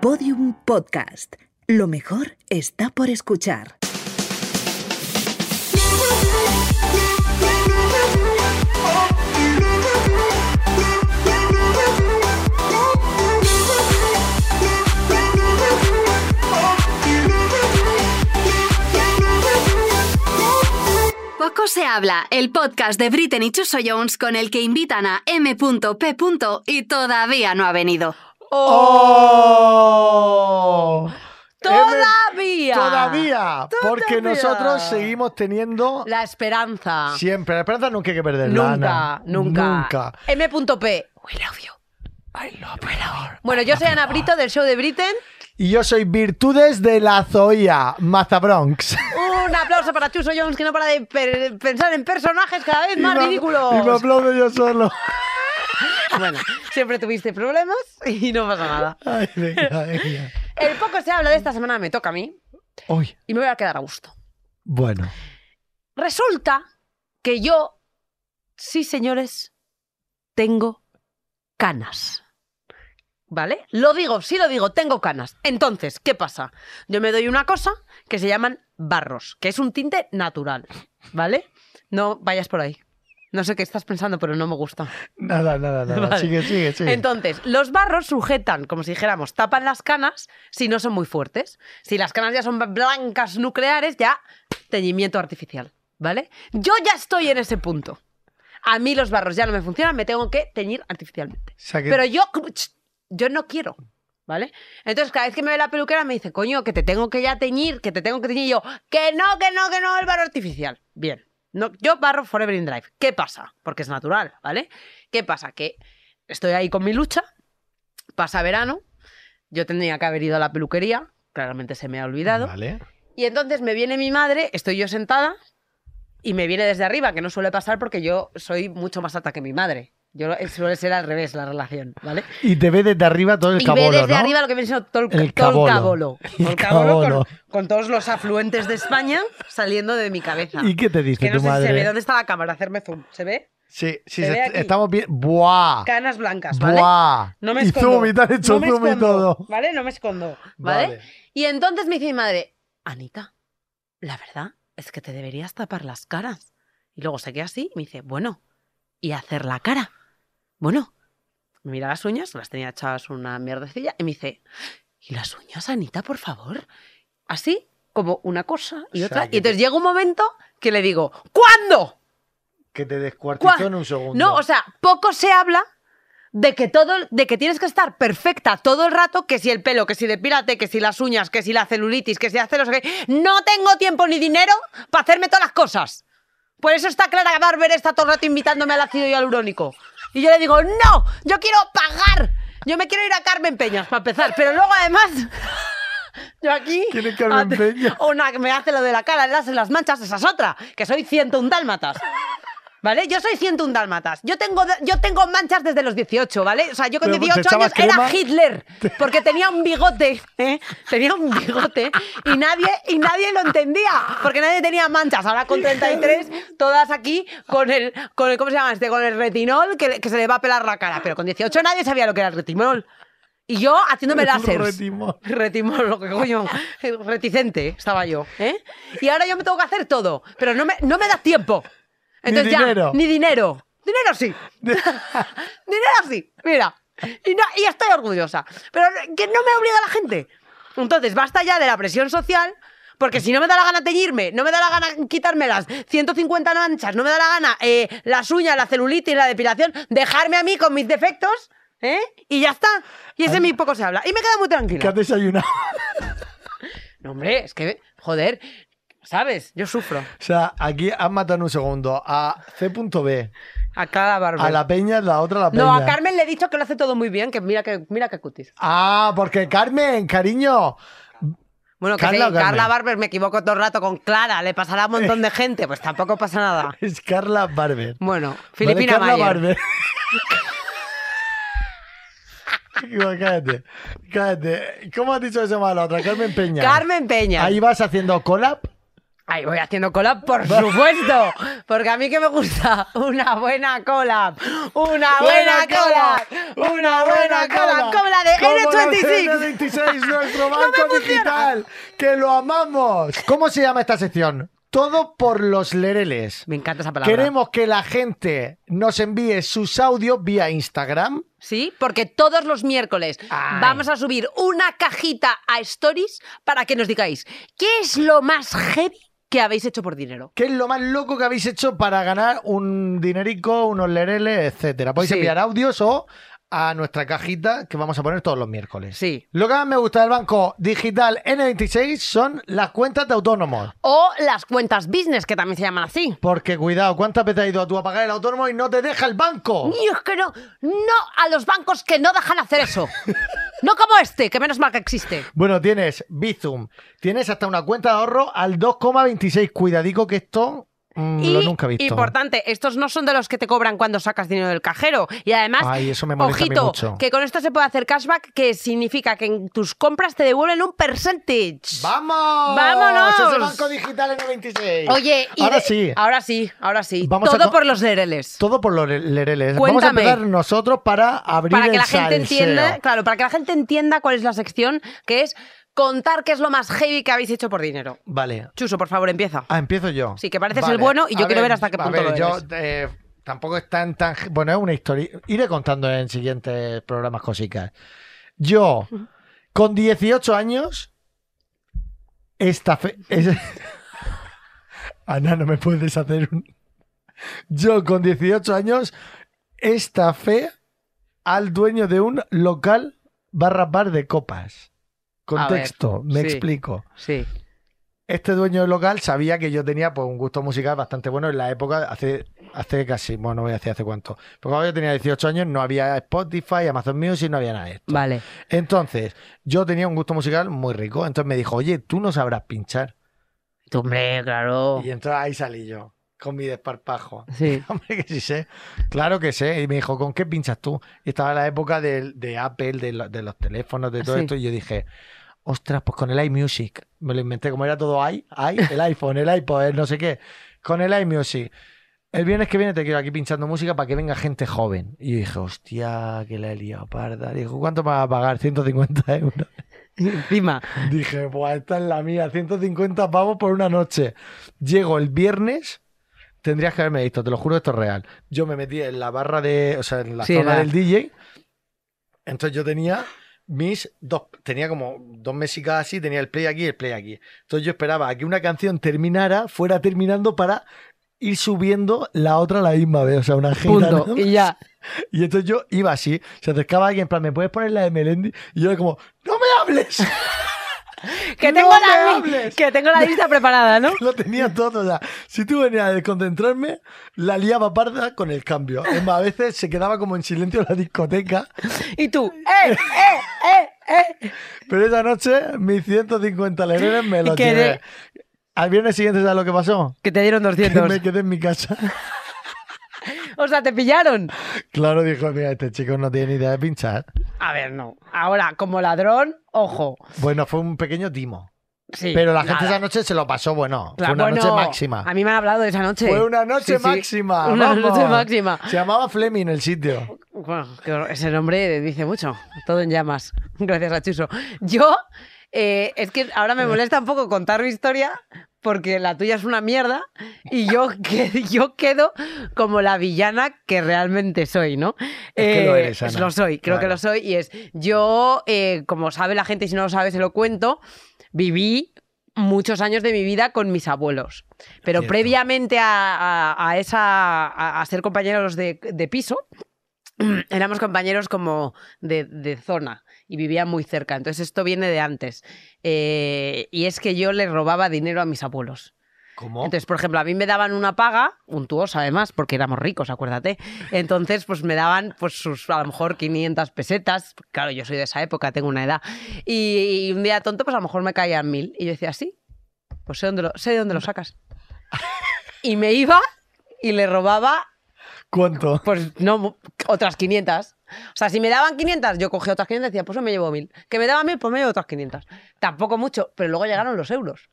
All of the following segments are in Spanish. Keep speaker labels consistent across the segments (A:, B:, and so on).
A: Podium Podcast. Lo mejor está por escuchar.
B: Poco se habla, el podcast de Britten y Chuso Jones con el que invitan a M.P. y todavía no ha venido.
C: ¡Oh!
D: Todavía.
C: Todavía. Porque
D: Todavía.
C: nosotros seguimos teniendo
D: La esperanza.
C: siempre. La esperanza nunca hay que perderla.
D: nunca,
C: Ana.
D: nunca,
C: Nunca.
D: M.P. We love you. Bueno, yo soy Ana Brito del show de Britain.
C: Y yo soy Virtudes de la Zoya, Mazabronx.
D: Un aplauso para Chuso Jones que no para de per- pensar en personajes cada vez más
C: Y me-
D: ridículos.
C: Y me aplaudo yo solo.
D: Bueno, siempre tuviste problemas y no pasa nada.
C: Ay, venga, venga.
D: El poco se habla de esta semana me toca a mí
C: Uy,
D: y me voy a quedar a gusto.
C: bueno.
D: Resulta que yo, sí señores, tengo canas. ¿Vale? Lo digo, sí lo digo, tengo canas. Entonces, ¿qué pasa? Yo me doy una cosa que se llaman barros, que es un tinte natural. ¿Vale? No vayas por ahí. No sé qué estás pensando, pero no me gusta.
C: Nada, nada, nada.
D: Vale.
C: Sigue, sigue, sigue.
D: Entonces, los barros sujetan, como si dijéramos, tapan las canas si no son muy fuertes. Si las canas ya son blancas nucleares, ya teñimiento artificial, ¿vale? Yo ya estoy en ese punto. A mí los barros ya no me funcionan, me tengo que teñir artificialmente.
C: O sea que-
D: Pero yo, yo no quiero, ¿vale? Entonces, cada vez que me ve la peluquera me dice, coño, que te tengo que ya teñir, que te tengo que teñir. Y yo, que no, que no, que no, el barro artificial. Bien. No, yo barro Forever in Drive. ¿Qué pasa? Porque es natural, ¿vale? ¿Qué pasa? Que estoy ahí con mi lucha, pasa verano, yo tendría que haber ido a la peluquería, claramente se me ha olvidado.
C: Vale.
D: Y entonces me viene mi madre, estoy yo sentada, y me viene desde arriba, que no suele pasar porque yo soy mucho más alta que mi madre. Yo eh, suele ser al revés la relación, ¿ale?
C: Y te ve desde arriba todo el
D: y
C: cabolo,
D: ve desde
C: ¿no?
D: arriba lo que viene siendo todo el,
C: El
D: todo el
C: cabolo.
D: cabolo.
C: El
D: Todo el cabolo
C: cabolo.
D: con, con todos los afluentes de España saliendo de mi cabeza.
C: ¿Y qué te
D: Es
C: dice
D: que no
C: tu
D: sé si
C: madre?
D: se ve dónde está la cámara, hacerme zoom. ¿Se ve?
C: Sí, sí,
D: Se
C: se-
D: ve aquí.
C: estamos bien. ¡Buah!
D: Canas blancas, ¿vale?
C: ¡Buah!
D: No me
C: y
D: escondo.
C: zoom, y te han hecho
D: No me
C: zoom y
D: escondo,
C: todo.
D: ¿Vale? No me escondo. ¿Vale? Y entonces me dice mi madre, Anita, la verdad es que te deberías tapar las caras. Y luego se queda así y me dice, bueno, y hacer la cara. Bueno, mira las uñas, las tenía echadas una mierdecilla, y me dice, ¿y las uñas, Anita, por favor? Así, como una cosa y
C: O sea,
D: otra.
C: que
D: Y entonces llega un momento que le digo, ¿cuándo?
C: Que te descuartizó
D: ¿Cuál?
C: en un segundo.
D: No, o sea, poco se habla de que todo, de que tienes que estar perfecta todo el rato, que si el pelo, que si depírate, que si las uñas, que si la celulitis, que si hacer los que no tengo tiempo ni dinero para hacerme todas las cosas. Por eso está Clara Barber está todo el rato invitándome al ácido hialurónico. Y yo le digo, "No, yo quiero pagar. Yo me quiero ir a Carmen Peñas para empezar, pero luego además yo aquí
C: ¿Quién es Carmen
D: Ah,
C: Peña?
D: Una que me hace lo de la cara, las, las manchas, esa es otra, que soy 101 dálmatas. ¿Vale? Yo soy 101 dálmatas. Yo tengo, yo tengo manchas desde los 18, ¿vale? O sea, yo con
C: Pero, ¿te
D: 18
C: echabas
D: años era
C: crema?
D: Hitler, porque tenía un bigote, ¿eh? Tenía un bigote y nadie, y nadie lo entendía, porque nadie tenía manchas. Ahora con 33, todas aquí con el, con el ¿cómo se llama este? Con el retinol que, le- que se le va a pelar la cara. Pero con 18 nadie sabía lo que era el retinol. Y yo haciéndome láseres.
C: Retimón.
D: Retimón, lo que coño, reticente estaba yo, ¿eh? Y ahora yo me tengo que hacer todo, pero no me, no me da tiempo.
C: Ni
D: Entonces ya,
C: dinero.
D: ni dinero. Dinero sí. dinero sí, mira. Y, no- y estoy orgullosa, pero que no me obliga la gente. Entonces, basta ya de la presión social, porque si no me da la gana teñirme, no me da la gana quitarme las 150 manchas, no me da la gana eh, las uñas, la celulitis, la depilación, dejarme a mí con mis defectos, ¿eh? Y ya está. Y ese mi poco se habla. Y me quedo muy tranquila.
C: Que has desayunado.
D: No, hombre, es que, joder, ¿sabes? Yo sufro.
C: O sea, aquí has matado en un segundo a C.B.
D: A cada barba.
C: A la peña, la otra la peña.
D: No, a Carmen le he dicho que lo hace todo muy bien, que mira que, mira que cutis.
C: Ah, porque Carmen, cariño.
D: Bueno, que
C: Carla
D: Carla,
C: o Carmen.
D: Carla Barber me equivoco todo el rato con Clara, le pasará a un montón de gente, pues tampoco pasa nada.
C: Es Carla Barber.
D: Bueno, Filipina
C: Carla
D: Mayer.
C: Barber. Digo, cállate, cállate. ¿Cómo has dicho eso mal la otra? Carmen Peña.
D: Carmen Peña.
C: Ahí
D: Ahí,
C: vas haciendo collab.
D: voy haciendo collab, por supuesto. Porque a mí que me gusta una buena collab. Una
C: Buena
D: buena
C: collab,
D: collab. Una buena collab. Como la de
C: Como la de
D: 26.
C: N26, nuestro banco digital, que lo amamos. ¿Cómo se llama esta sección? Todo por los lereles.
D: Me encanta esa palabra.
C: Queremos que la gente nos envíe sus audios vía Instagram.
D: Sí, porque todos los miércoles
C: Ay.
D: vamos a subir una cajita a Stories para que nos digáis qué es lo más heavy que habéis hecho por dinero.
C: ¿Qué es lo más loco que habéis hecho para ganar un dinerico, unos lereles, etcétera? Podéis
D: Sí.
C: enviar audios o a nuestra cajita que vamos a poner todos los miércoles.
D: Sí.
C: Lo que más me gusta del banco digital N26 son las cuentas de autónomos.
D: O las cuentas business, que también se llaman así.
C: Porque cuidado, ¿cuántas veces has ido tú a pagar el autónomo y no te deja el banco?
D: Y es que no, no a los bancos que no dejan hacer eso. No como este, que menos mal que existe.
C: Bueno, tienes Bizum, tienes hasta una cuenta de ahorro al 2,26. Cuidadico que esto mm, lo nunca he visto.
D: Importante, estos no son de los que te cobran cuando sacas dinero del cajero. Y además,
C: Ay, eso me molesta a mí
D: ojito,
C: mucho.
D: que con esto se puede hacer cashback, que significa que en tus compras te devuelven un percentage.
C: ¡Vamos!
D: ¡Vámonos!
C: ¡Es el banco digital N26!
D: Oye, y
C: ahora
D: de-
C: sí.
D: Ahora sí, ahora sí.
C: Vamos a
D: Todo
C: co-
D: por los lereles.
C: Todo por los lereles. Vamos a
D: Cuéntame.
C: empezar nosotros para abrir
D: Para que
C: el
D: la gente
C: salseo.
D: entienda, claro, para que la gente entienda cuál es la sección, que es contar qué es lo más heavy que habéis hecho por dinero.
C: Vale.
D: Chuso, por favor, empieza.
C: Ah, empiezo yo.
D: Sí, que pareces el bueno y yo
C: A
D: quiero ver hasta qué
C: a
D: punto
C: ver,
D: lo
C: yo,
D: eres.
C: eh, tampoco es tan, tan... Bueno, es una historia. Iré contando en siguientes programas cositas. Yo, con 18 años, esta fe... es- Ana, no me puedes hacer un... Yo, con 18 años, esta fe al dueño de un local barra bar de copas.
D: ver,
C: Contexto, me
D: sí.
C: explico
D: Sí.
C: este dueño del local sabía que yo tenía pues un gusto musical bastante bueno en la época hace hace casi bueno no voy a decir hace cuánto porque cuando yo tenía 18 años no había Spotify Amazon Music no había nada de esto
D: Vale.
C: entonces yo tenía un gusto musical muy rico entonces me dijo oye tú no sabrás pinchar
D: Tú, hombre, claro.
C: y entonces ahí salí yo con mi desparpajo
D: Sí.
C: Hombre, que sí sé. Claro que sé. Y me dijo, ¿con qué pinchas tú? Y estaba en la época del- de, Apple, de, lo- de los teléfonos, de todo
D: Sí.
C: esto. Y yo dije, ostras, pues con el iMusic. Me lo inventé, como era todo i, i el iPhone, el iPod, el no sé qué. Con el iMusic. El viernes que viene te quiero aquí pinchando música para que venga gente joven. Y yo dije, hostia, que la he liado parda. Dijo, ¿cuánto me vas a pagar? 150 euros.
D: Encima.
C: Dije, pues esta es la mía, 150 pavos por una noche. Llego el viernes, tendrías que haberme visto, te lo juro, esto es real. Yo me metí en la barra de, o sea, en la
D: Sí,
C: zona
D: la-
C: del DJ. Entonces yo tenía mis dos, tenía como dos mesicas así, tenía el play aquí y el play aquí. Entonces yo esperaba a que una canción terminara, fuera terminando para ir subiendo la otra a la misma vez, o sea, una gira.
D: Punto.
C: ¿no?
D: Y ya.
C: Y entonces yo iba así, se acercaba alguien, en plan, ¿me puedes poner la de Melendi? Y yo era como, ¡no me hables!
D: Que
C: ¡No
D: tengo,
C: me
D: la,
C: hables!
D: que tengo la lista preparada, ¿no?
C: Lo tenía todo. O sea, si tú venías a desconcentrarme, la liaba parda con el cambio. Es más, a veces se quedaba como en silencio la discoteca.
D: Y tú, ¡eh, eh, eh, eh!
C: Pero esa noche, mis 150 lerones me los
D: Que
C: llevé.
D: de-
C: Al viernes siguiente, ¿sabes lo que pasó?
D: Que te dieron
C: Que
D: 200.
C: me quedé en mi casa.
D: O sea, te pillaron.
C: Claro, dijo, mira, este chico no tiene ni idea de pinchar.
D: A ver, no. Ahora, como ladrón, ojo.
C: Bueno, fue un pequeño timo.
D: Sí.
C: Pero la gente
D: nada.
C: esa noche se lo pasó, bueno.
D: Claro,
C: fue una
D: bueno,
C: noche máxima.
D: A mí me han hablado de esa noche.
C: Fue una noche
D: Sí, sí.
C: máxima.
D: Una
C: vamos.
D: noche máxima.
C: Se llamaba Fleming el sitio.
D: Bueno, que hor- ese nombre dice mucho. Todo en llamas. Gracias a Chuso. Yo, eh, es que ahora me molesta un poco contar mi historia porque la tuya es una mierda y yo, que, yo quedo como la villana que realmente soy, ¿no?
C: que lo eres,
D: pues
C: Ana.
D: Lo soy, creo que
C: Claro.
D: lo soy. Y es, yo, eh, como sabe la gente, y si no lo sabe, se lo cuento, viví muchos años de mi vida con mis abuelos. Pero
C: Cierto.
D: previamente a, a- a esa, a, a ser compañeros de, de piso, éramos compañeros como de, de zona y vivían muy cerca. Entonces esto viene de antes. Eh, y es que yo le robaba dinero a mis abuelos.
C: ¿Cómo?
D: Entonces, por ejemplo, a mí me daban una paga, untuosa además, porque éramos ricos, acuérdate. Entonces, pues me daban pues sus, a lo mejor, 500 pesetas. Claro, yo soy de esa época, tengo una edad. Y, y un día tonto, pues a lo mejor me caían mil. Y yo decía, sí, pues sé dónde lo, sé de dónde lo sacas. Y me iba y le robaba
C: ¿Cuánto?
D: pues no, mu- otras 500. O sea, si me daban 500, yo cogía otras 500 y decía, pues hoy me llevo 1000. Que me daban 1000, pues me llevo otras 500. Tampoco mucho, pero luego llegaron los euros.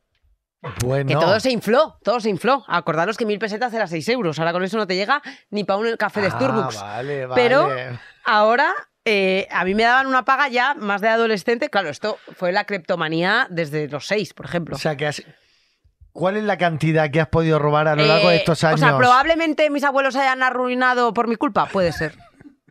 C: Bueno.
D: Que todo se infló, todo se infló. Acordaros que 1000 pesetas era 6 euros. Ahora con eso no te llega ni para un café de
C: Ah,
D: Starbucks.
C: Vale, vale.
D: Pero ahora eh, a mí me daban una paga ya más de adolescente. Claro, esto fue la creptomanía desde los seis, por ejemplo.
C: O sea, que has- ¿cuál es la cantidad que has podido robar a lo largo de
D: Eh,
C: estos años?
D: O sea, probablemente mis abuelos hayan arruinado por mi culpa. Puede ser.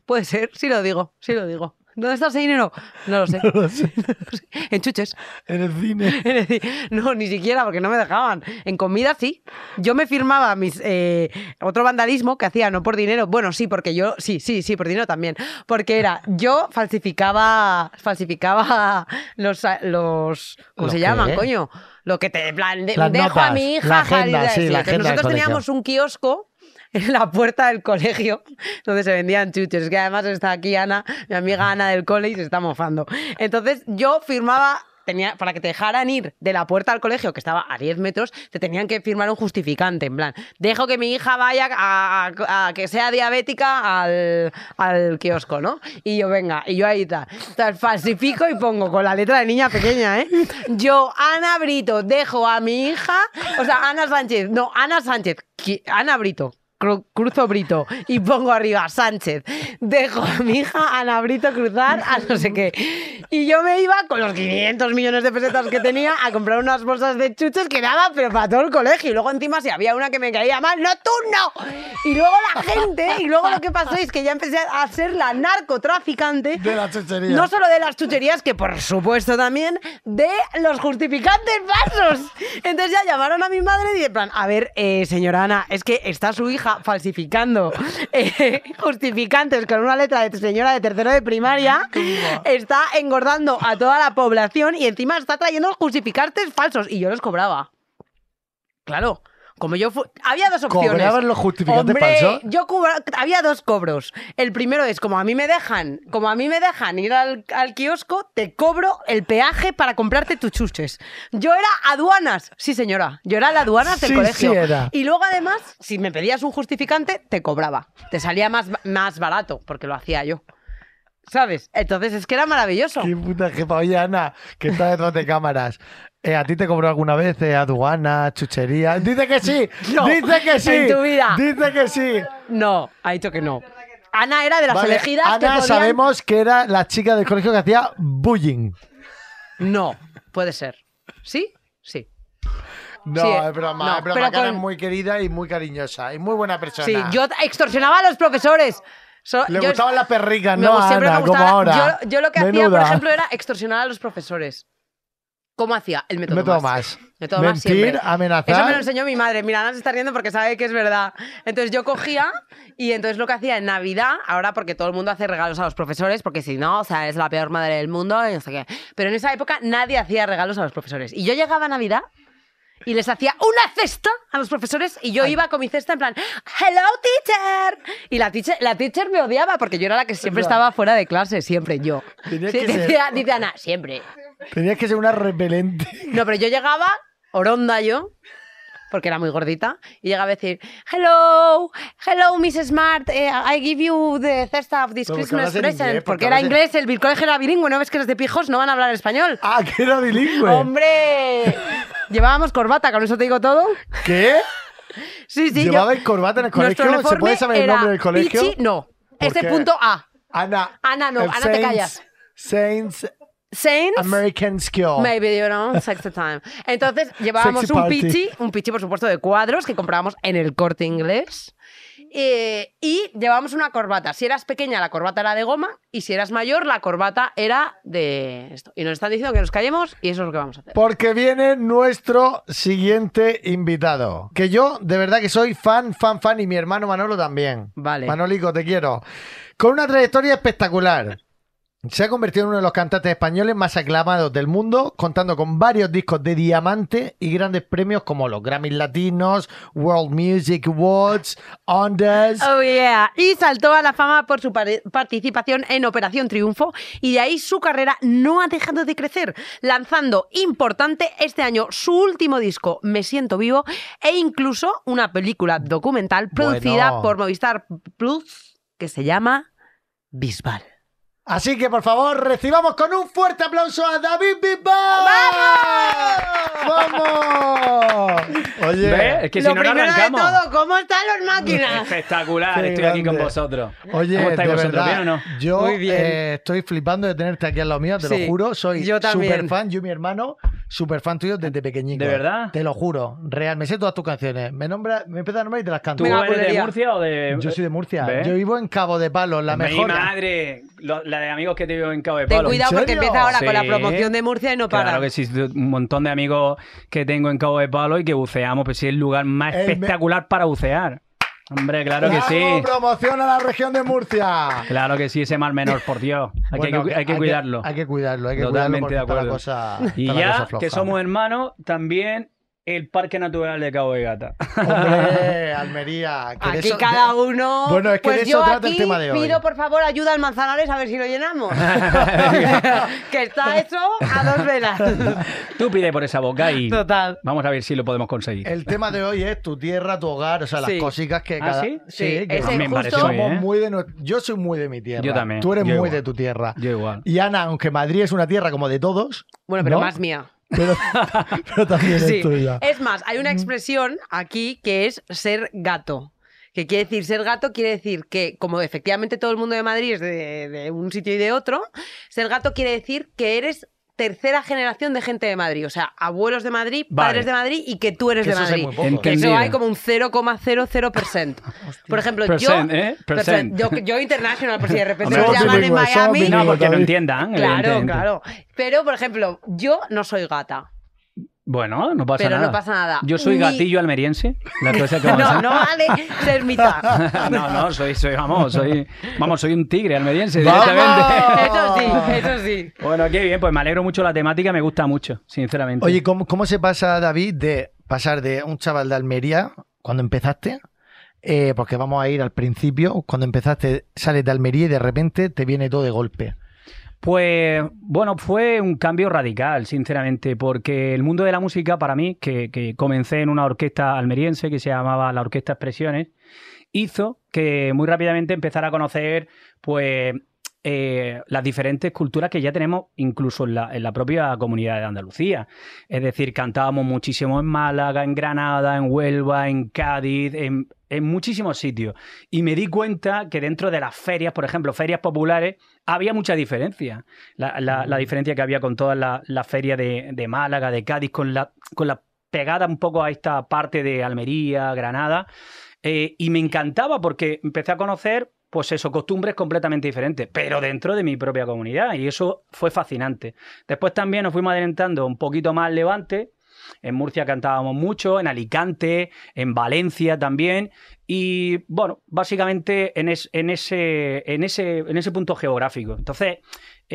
D: Puede ser, sí lo digo, sí lo digo. ¿Dónde está ese dinero? No lo sé.
C: No lo sé.
D: en chuches.
C: En el cine.
D: Es decir, no, ni siquiera, porque no me dejaban. En comida sí. Yo me firmaba mis eh, otro vandalismo que hacía, no por dinero. Bueno, sí, porque yo, sí, sí, sí, por dinero también. Porque era, yo falsificaba, falsificaba los, los ¿cómo
C: ¿Los
D: se
C: qué?
D: llaman, coño? Lo que te, en plan, de-
C: Las
D: dejo a
C: notas,
D: mi hija.
C: la
D: salir
C: agenda,
D: de-
C: sí, la
D: entonces
C: agenda del
D: Nosotros
C: colegio.
D: teníamos un kiosco en la puerta del colegio donde se vendían chuches. Es que además está aquí Ana, mi amiga Ana del cole, y se está mofando. Entonces yo firmaba. Tenía, para que te dejaran ir de la puerta al colegio, que estaba a 10 metros, te tenían que firmar un justificante, en plan, dejo que mi hija vaya a, a- a que sea diabética al, al kiosco, ¿no? Y yo, venga, y yo ahí está. Entonces, falsifico y pongo con la letra de niña pequeña, ¿eh? Yo, Ana Brito, dejo a mi hija, o sea, Ana Sánchez, no, Ana Sánchez, qui- Ana Brito, Cru- cruzo Brito y pongo arriba Sánchez. Dejo a mi hija Ana Brito cruzar a no sé qué. Y yo me iba con los 500 millones de pesetas que tenía a comprar unas bolsas de chuches que daba, pero para todo el colegio. Y luego encima si había una que me caía mal, ¡no, tú no! Y luego la gente, y luego lo que pasó es que ya empecé a ser la narcotraficante.
C: De la chuchería.
D: No solo de las chucherías, que por supuesto también, de los justificantes falsos. Entonces ya llamaron a mi madre y de plan, a ver, eh, señora Ana, es que está su hija falsificando eh, justificantes con una letra de señora de tercero de primaria, está engordando a toda la población y encima está trayendo justificantes falsos. Y yo los cobraba. Claro. Como yo fu- había dos opciones.
C: ¿Cobrabas los justificantes
D: Hombre,
C: falsos?
D: yo cubra- había dos cobros. El primero es como a mí me dejan, como a mí me dejan ir al, al kiosco, te cobro el peaje para comprarte tus chuches. Yo era aduanas, sí señora, yo era la aduanas del
C: Sí,
D: colegio.
C: sí era.
D: Y luego además, si me pedías un justificante, te cobraba. Te salía más, ba- más barato porque lo hacía yo. ¿Sabes? Entonces es que era maravilloso.
C: Qué puta jefa. Oye, Ana, que está detrás de cámaras. Eh, ¿A ti te cobró alguna vez eh, aduana, chuchería? Dice que sí.
D: No,
C: dice que sí.
D: en tu vida.
C: Dice que sí.
D: No, ha dicho que no. Ana era de las
C: Vale,
D: elegidas
C: Ana
D: que podían-
C: sabemos que era la chica del colegio que hacía bullying.
D: No, puede ser. ¿Sí? Sí.
C: No,
D: Sí,
C: es broma,
D: no,
C: es broma.
D: pero
C: que Ana
D: con-
C: es muy querida y muy cariñosa y muy buena persona.
D: Sí, yo extorsionaba a los profesores. So-
C: Le
D: yo-
C: gustaban las perricas,
D: me
C: no
D: gu-
C: a
D: siempre me
C: Ana, como
D: gustaba-
C: ahora.
D: Yo, yo lo que hacía, por
C: Menuda.
D: ejemplo, era extorsionar a los profesores. ¿Cómo hacía? El método,
C: Me tomo
D: más.
C: más.
D: Me tomo más
C: Mentir,
D: siempre.
C: amenazar.
D: Eso me lo enseñó mi madre. Mira, Ana se está riendo porque sabe que es verdad. Entonces yo cogía y entonces lo que hacía en Navidad, ahora porque todo el mundo hace regalos a los profesores, porque si no, o sea, es la peor madre del mundo y no sé qué. Pero en esa época nadie hacía regalos a los profesores. Y yo llegaba a Navidad y les hacía una cesta a los profesores y yo iba con mi cesta en plan, hello teacher. Y la teacher, la teacher me odiaba porque yo era la que siempre
C: Ya.
D: estaba fuera de clase, siempre yo.
C: Tenías
D: Sí,
C: que ser-
D: decía- dice Ana, siempre.
C: Tenías que ser una repelente.
D: No, pero yo llegaba, oronda yo, porque era muy gordita, y llegaba a decir, hello, hello, Miss Smart, eh, I give you the cesta of this
C: Pero porque
D: Christmas
C: hablas en
D: present.
C: inglés,
D: porque
C: porque
D: era
C: hablas en-
D: inglés, el colegio era bilingüe, ¿no ves que los de pijos no van a hablar español?
C: Ah, que era bilingüe.
D: ¡Hombre! Llevábamos corbata, con eso te digo todo.
C: ¿Qué?
D: Sí, sí. yo-
C: ¿Llevabais corbata en el
D: Nuestro
C: colegio? ¿Se
D: uniforme
C: puede saber el
D: era
C: nombre del colegio?
D: Pichi, no.
C: ¿Por
D: Este
C: qué?
D: punto A.
C: Ana.
D: Ana no,
C: eh,
D: Ana, te
C: Saints-
D: callas.
C: Saints
D: Saints.
C: American School.
D: Maybe, you know, sexy time. Entonces llevábamos
C: Oh. Sexy
D: un
C: party.
D: pichi, un pichi, por supuesto, de cuadros que comprábamos en el corte inglés. eh, y llevábamos una corbata. Si eras pequeña, la corbata era de goma. Y si eras mayor, la corbata era de esto. Y nos están diciendo que nos callemos y eso es lo que vamos a hacer.
C: Porque viene nuestro siguiente invitado. Que yo, de verdad que soy fan, fan, fan y mi hermano Manolo también.
D: Vale.
C: Manolico, te quiero. Con una trayectoria espectacular. Se ha convertido en uno de los cantantes españoles más aclamados del mundo, contando con varios discos de diamante y grandes premios como los Grammy Latinos, World Music Awards, Ondas.
D: Oh, yeah. Y saltó a la fama por su pare- participación en Operación Triunfo y de ahí su carrera no ha dejado de crecer, lanzando importante este año su último disco, Me Siento Vivo, e incluso una película documental producida
C: Bueno.
D: por Movistar Plus que se llama Bisbal.
C: Así que, por favor, recibamos con un fuerte aplauso a David Bisbal. ¡Vamos! Oye,
E: ¿Ves? Es que
D: Lo
E: si no, no
D: primero de
E: arrancamos.
D: todo, ¿cómo están las máquinas?
E: Espectacular,
C: Qué
E: estoy aquí con
C: grande.
E: vosotros.
C: Oye,
E: ¿Cómo estáis
C: de
E: vosotros?
C: verdad,
E: ¿Bien o no?
C: yo
D: Muy bien.
C: eh, estoy flipando de tenerte aquí al lado mío, te
D: Sí,
C: lo juro. Soy
D: yo también.
C: super fan, yo y mi hermano, super fan tuyo desde pequeñito.
E: ¿De verdad?
C: Te lo juro, real. Me sé todas tus canciones. Me, nombra, me empiezas a nombrar y te las canto.
E: ¿Tú
D: Venga,
E: eres de
D: bulería.
E: Murcia o de.?
C: Yo soy de Murcia.
E: ¿Ves? ah,
C: Yo vivo en Cabo de Palos, la
E: Mi
C: mejor.
E: madre, lo- la de amigos que te vivo en Cabo de
D: Ten
E: Palo.
D: cuidado porque
C: serio?
D: empieza ahora con la
E: Sí.
D: promoción de Murcia y no para.
E: Claro que sí, un montón de amigos que tengo en Cabo de Palo y que buceamos, pero sí es el lugar más
C: El Eh, me-
E: espectacular para bucear. Hombre, claro que
C: ¡Bravo!
E: sí.
C: ¡Promoción a la región de Murcia!
E: Claro que sí, ese mar menor, por Dios. Hay, que-
C: Bueno,
E: hay que, cuidarlo.
C: Hay que cuidarlo, hay que
E: Totalmente
C: cuidarlo porque
E: de
C: está la
E: acuerdo.
C: cosa-
E: y
C: está la cosa
E: ya,
C: floja.
E: que somos hermanos, también el Parque Natural de Cabo de Gata.
C: Hombre, Almería. que de
D: Aquí
C: eso-
D: cada uno.
C: Bueno, es que
D: pues
C: de eso
D: yo
C: trata el
D: aquí
C: tema de hoy.
D: Pido por favor ayuda al Manzanares a ver si lo llenamos. que está eso a dos velas.
E: Tú pide por esa boca y
D: Total.
E: vamos a ver si lo podemos conseguir.
C: El tema de hoy es tu tierra, tu hogar, o sea, las
D: Sí.
C: cositas que
E: ¿Ah,
C: cada...
E: sí?
D: Sí,
C: que
D: ese
E: Me
D: justo-
E: parece muy
C: somos
E: bien. ¿eh?
C: muy de nue- Yo soy muy de mi tierra.
E: Yo también.
C: Tú eres
E: Yo
C: muy
E: igual.
C: de tu tierra.
E: Yo igual.
C: Y Ana, aunque Madrid es una tierra como de todos,
D: Bueno, pero
C: ¿No?
D: más mía.
C: pero, pero también
D: Sí.
C: es tuya.
D: Es más, hay una expresión aquí que es ser gato. Que quiere decir ser gato, quiere decir que, como efectivamente todo el mundo de Madrid es de, de un sitio y de otro, ser gato quiere decir que eres tercera generación de gente de Madrid. O sea, abuelos de Madrid,
E: Vale.
D: padres de Madrid y que tú eres
C: Que
D: de
C: eso sé
D: Madrid.
C: muy poco.
D: Que
E: Enten-
D: eso
E: Entendido.
D: hay como un 0,00%. Por ejemplo,
E: Percent,
D: yo.
E: ¿eh? Percent.
D: Yo, yo internacional, por si de repente
E: Hombre,
D: me llaman en
C: bilingües, somos
D: Miami.
C: bilingües.
E: No, porque
C: David.
E: no entiendan.
D: Claro,
E: evidentemente.
D: claro. Pero, por ejemplo, yo no soy gata.
E: Bueno, no pasa
D: Pero no
E: nada.
D: pasa nada.
E: Yo soy
D: Ni-
E: gatillo almeriense. La cosa que
D: No, no vale ser mitad.
E: no, no, soy, soy, vamos, soy, vamos, soy un tigre almeriense
C: ¡Vamos!
E: directamente.
D: Eso sí, eso sí.
E: Bueno, qué bien, pues me alegro mucho la temática, me gusta mucho, sinceramente.
C: Oye, ¿cómo, ¿cómo se pasa, David, de pasar de un chaval de Almería cuando empezaste? eh, porque vamos a ir al principio, cuando empezaste sales de Almería y de repente te viene todo de golpe.
E: Pues bueno, fue un cambio radical, sinceramente, porque el mundo de la música para mí, que, que comencé en una orquesta almeriense que se llamaba la Orquesta Expresiones, hizo que muy rápidamente empezara a conocer pues eh, las diferentes culturas que ya tenemos incluso en la, en la propia comunidad de Andalucía. Es decir, cantábamos muchísimo en Málaga, en Granada, en Huelva, en Cádiz, en, en muchísimos sitios. Y me di cuenta que dentro de las ferias, por ejemplo, ferias populares, había mucha diferencia. La, la- la diferencia que había con todas las las ferias de, de Málaga, de Cádiz, con la, con la pegada un poco a esta parte de Almería, Granada. Eh, y me encantaba porque empecé a conocer, pues eso, costumbres completamente diferentes, pero dentro de mi propia comunidad. Y eso fue fascinante. Después también nos fuimos adelantando un poquito más al levante. En Murcia cantábamos mucho, en Alicante, en Valencia también. Y bueno, básicamente en, es- en ese, en, ese, en ese punto geográfico. Entonces,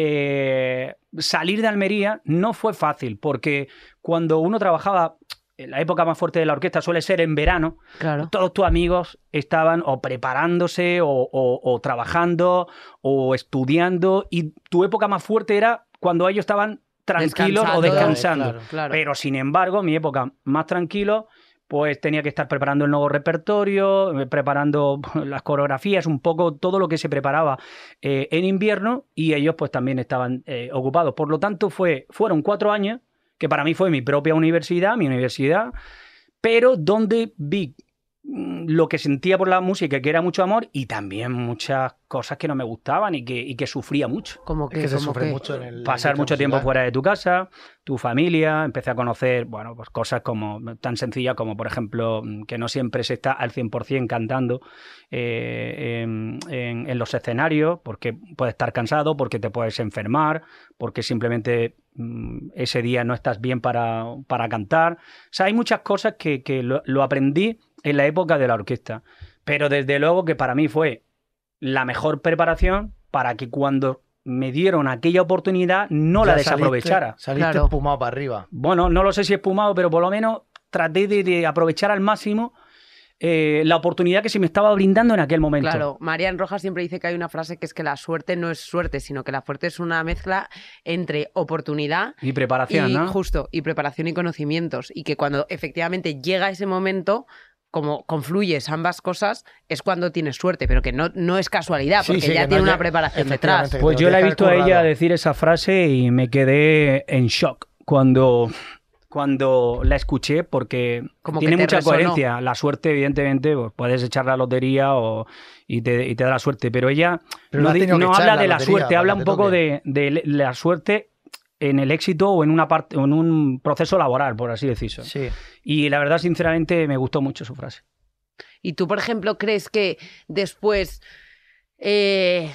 E: eh, salir de Almería no fue fácil, porque cuando uno trabajaba, la época más fuerte de la orquesta suele ser en verano,
D: Claro.
E: todos tus amigos estaban o preparándose o, o- o trabajando o estudiando y tu época más fuerte era cuando ellos estaban tranquilos o descansando.
D: Claro, claro.
E: Pero sin embargo, mi época más tranquilo, pues tenía que estar preparando el nuevo repertorio, eh, preparando las coreografías, un poco todo lo que se preparaba eh, en invierno y ellos pues también estaban eh, ocupados. Por lo tanto, fue, fueron cuatro años, que para mí fue mi propia universidad, mi universidad, pero donde vi mm, lo que sentía por la música, que era mucho amor y también muchas cosas que no me gustaban y que, y que sufría mucho
D: como
C: Es
D: que,
C: que se
D: como
C: sufre
D: que-
C: mucho en el...
E: pasar mucho tiempo
C: musical.
E: fuera de tu casa, tu familia, empecé a conocer, bueno, pues cosas como tan sencillas como, por ejemplo, que no siempre se está al 100% cantando eh, en, en- en los escenarios, porque puedes estar cansado, porque te puedes enfermar, porque simplemente mm, ese día no estás bien para, para cantar. O sea, hay muchas cosas que, que lo, lo aprendí en la época de la orquesta, pero desde luego que para mí fue la mejor preparación para que cuando me dieron aquella oportunidad no la
C: Ya saliste-
E: desaprovechara.
C: Saliste
D: Claro.
C: espumado para arriba.
E: Bueno, no lo sé si espumado, pero por lo menos traté de, de aprovechar al máximo eh, la oportunidad que se me estaba brindando en aquel momento.
D: Claro, Marian Rojas siempre dice que hay una frase que es que la suerte no es suerte, sino que la suerte es una mezcla entre oportunidad
E: Y preparación,
D: y
E: ¿no?
D: justo y preparación y conocimientos y que cuando efectivamente llega ese momento como confluyes ambas cosas, es cuando tienes suerte, pero que no, no es casualidad,
C: Sí,
D: porque
C: sí,
D: ya
C: que
D: tiene
C: no
D: una
C: lle-
D: preparación
C: efectivamente,
D: detrás.
C: que
E: Pues
C: lo
E: yo la he
C: deja
E: visto a ella
C: currado.
E: decir esa frase y me quedé en shock cuando, cuando la escuché porque
D: Como que
E: tiene
D: te
E: mucha
D: resonó.
E: coherencia. La suerte, evidentemente, pues puedes echar la lotería o, y, te, y te da la suerte, pero ella
C: Pero la
E: no,
C: ha
E: di-
C: tenido que
E: no
C: echar
E: habla
C: la
E: de la
C: lotería
E: suerte,
C: para
E: habla
C: que
E: un
C: te
E: poco
C: toque.
E: de, de le- la suerte en el éxito o en una parte o en un proceso laboral, por así decirlo.
C: Sí.
E: Y la verdad, sinceramente, me gustó mucho su frase.
D: Y tú, por ejemplo, crees que después. eh,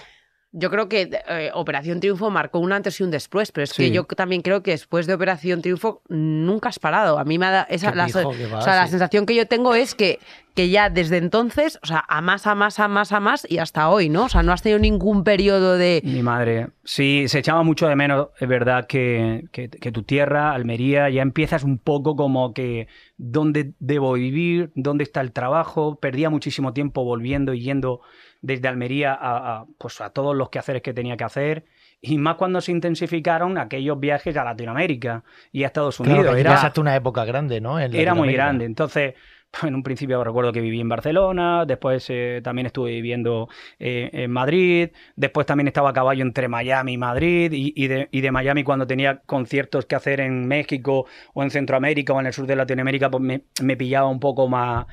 D: yo creo que eh, Operación Triunfo marcó un antes y un después, pero es que
E: Sí.
D: yo también creo que después de Operación Triunfo nunca has parado. A mí me ha dado esa,
C: Qué
D: la,
C: pijo
E: Ah,
C: que va,
D: o sea, la
C: sí.
D: sensación que yo tengo es que, que ya desde entonces, o sea, a más, a más, a más, a más y hasta hoy, ¿no? O sea, no has tenido ningún periodo de...
E: Mi madre, sí, se echaba mucho de menos, es verdad, que, que- que tu tierra, Almería, ya empiezas un poco como que dónde debo vivir, dónde está el trabajo, perdía muchísimo tiempo volviendo y yendo desde Almería a, a, pues a todos los quehaceres que tenía que hacer, y más cuando se intensificaron aquellos viajes a Latinoamérica y a Estados Unidos.
C: Claro, que
E: Era-
C: pasaste una época grande, ¿no? En
E: era muy
C: Latinoamérica.
E: grande. Entonces, en un principio recuerdo que viví en Barcelona, después eh, también estuve viviendo eh, en Madrid, después también estaba a caballo entre Miami y Madrid, y, y de, y de Miami cuando tenía conciertos que hacer en México o en Centroamérica o en el sur de Latinoamérica, pues me, me pillaba un poco más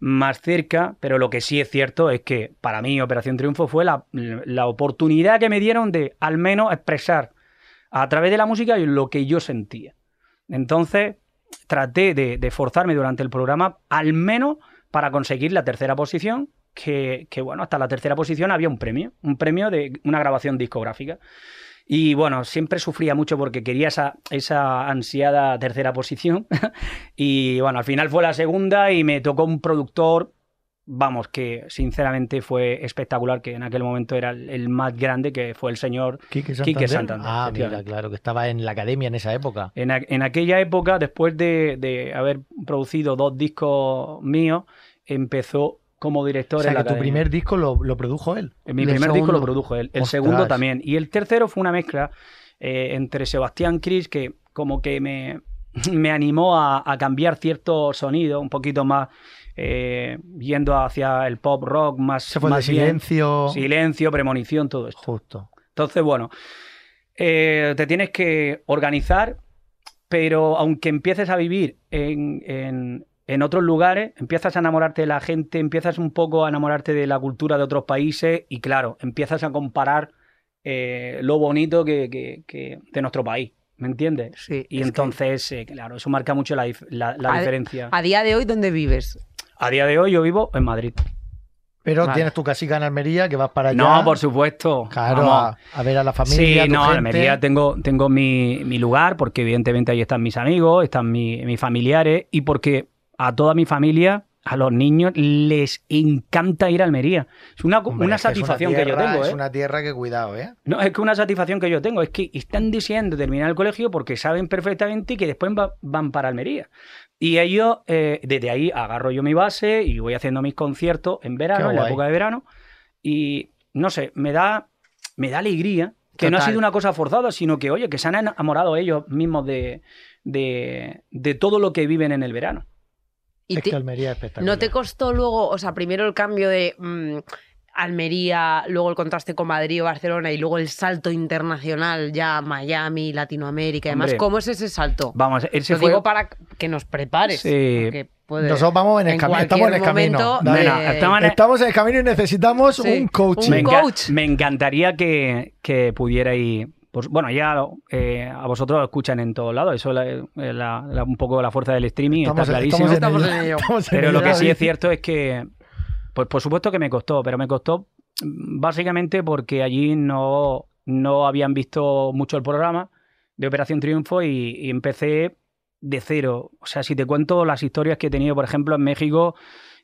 E: más cerca, pero lo que sí es cierto es que para mí Operación Triunfo fue la, la oportunidad que me dieron de al menos expresar a través de la música lo que yo sentía. Entonces, traté de, de forzarme durante el programa, al menos para conseguir la tercera posición, que, que, bueno, hasta la tercera posición había un premio, un premio de una grabación discográfica. Y bueno, siempre sufría mucho porque quería esa, esa ansiada tercera posición. y bueno, al final fue la segunda y me tocó un productor, vamos, que sinceramente fue espectacular, que en aquel momento era el, el más grande, que fue el señor
C: Quique Santander.
E: Quique Santander,
C: Ah, mira,
E: efectivamente.
C: claro, que estaba en la academia en esa época.
E: En, a- en aquella época, después de, de haber producido dos discos míos, empezó como director
C: O sea,
E: en la
C: que tu
E: academia.
C: primer disco lo, lo produjo él.
E: Mi
D: y el
E: primer disco lo
D: segundo.
E: produjo él, el
C: Ostras.
E: segundo también. Y el tercero fue una mezcla eh, entre Sebastián Cris, que como que me, me animó a, a cambiar cierto sonido, un poquito más eh, yendo hacia el pop rock, más,
C: Se fue de
E: más bien.
C: silencio.
E: Silencio, premonición, todo esto.
C: Justo.
E: Entonces, bueno, eh, te tienes que organizar, pero aunque empieces a vivir en, en- en otros lugares, empiezas a enamorarte de la gente, empiezas un poco a enamorarte de la cultura de otros países y claro, empiezas a comparar eh, lo bonito que, que- que- de nuestro país, ¿me entiendes?
D: Sí,
E: Y
D: es que
E: entonces, eh, claro, eso marca mucho la, dif- la- la
D: A-
E: diferencia.
D: A día de hoy, ¿dónde vives?
E: A día de hoy yo vivo en Madrid.
C: Pero
D: Vale.
C: tienes tu casica en Almería, que vas para allá.
E: No, por supuesto.
C: Claro,
E: Vamos.
C: a, a ver a la familia.
E: Sí,
C: tu
E: no,
C: gente.
E: en Almería tengo, tengo mi, mi lugar, porque evidentemente ahí están mis amigos, están mi- mis familiares, y porque a toda mi familia, a los niños, les encanta ir a Almería. Es una,
C: Hombre,
E: una
C: es que es
E: satisfacción
C: tierra-
E: que yo tengo, ¿eh?
C: Es una tierra que cuidado, ¿eh?
E: No, es que una satisfacción que yo tengo es que están deseando terminar el colegio porque saben perfectamente que después va- van para Almería. Y ellos, eh, desde ahí agarro yo mi base y voy haciendo mis conciertos en verano,
C: Qué
E: en la
C: guay.
E: época de verano. Y no sé, me da, me da alegría que no ha
D: Total.
E: sido una cosa forzada, sino que, oye, que se han enamorado ellos mismos de, de, de todo lo que viven en el verano.
D: Y
C: es
D: te-
C: que Almería es espectacular.
D: ¿No te costó luego, o sea, primero el cambio de mm, Almería, luego el contraste con Madrid o Barcelona y luego el salto internacional ya a Miami, Latinoamérica y demás?
E: Hombre.
D: ¿Cómo es ese salto?
E: Vamos, él se
D: Lo
E: fue-
D: digo para que nos prepares.
E: Sí.
D: porque puede-
C: Nosotros vamos en el
D: en
C: camino. Estamos en el
D: cualquier
C: camino.
D: momento,
C: David.
E: Nena,
D: eh,
E: estamos en-
C: Estamos en el camino y necesitamos
D: Sí,
C: un coaching.
E: me,
D: un
E: enca-
D: coach.
E: me encantaría que, que pudierais. Pues, bueno, ya lo- eh, a vosotros lo escuchan en todos lados. Eso es la- la- la- un poco la fuerza del streaming, está clarísimo.
D: Estamos
C: ello,
D: en ello.
C: estamos en
E: Pero lo
C: ello,
E: que sí
C: David.
E: es cierto es que, pues por supuesto que me costó, pero me costó mm, básicamente porque allí no, no habían visto mucho el programa de Operación Triunfo y, y empecé de cero. O sea, si te cuento las historias que he tenido, por ejemplo, en México,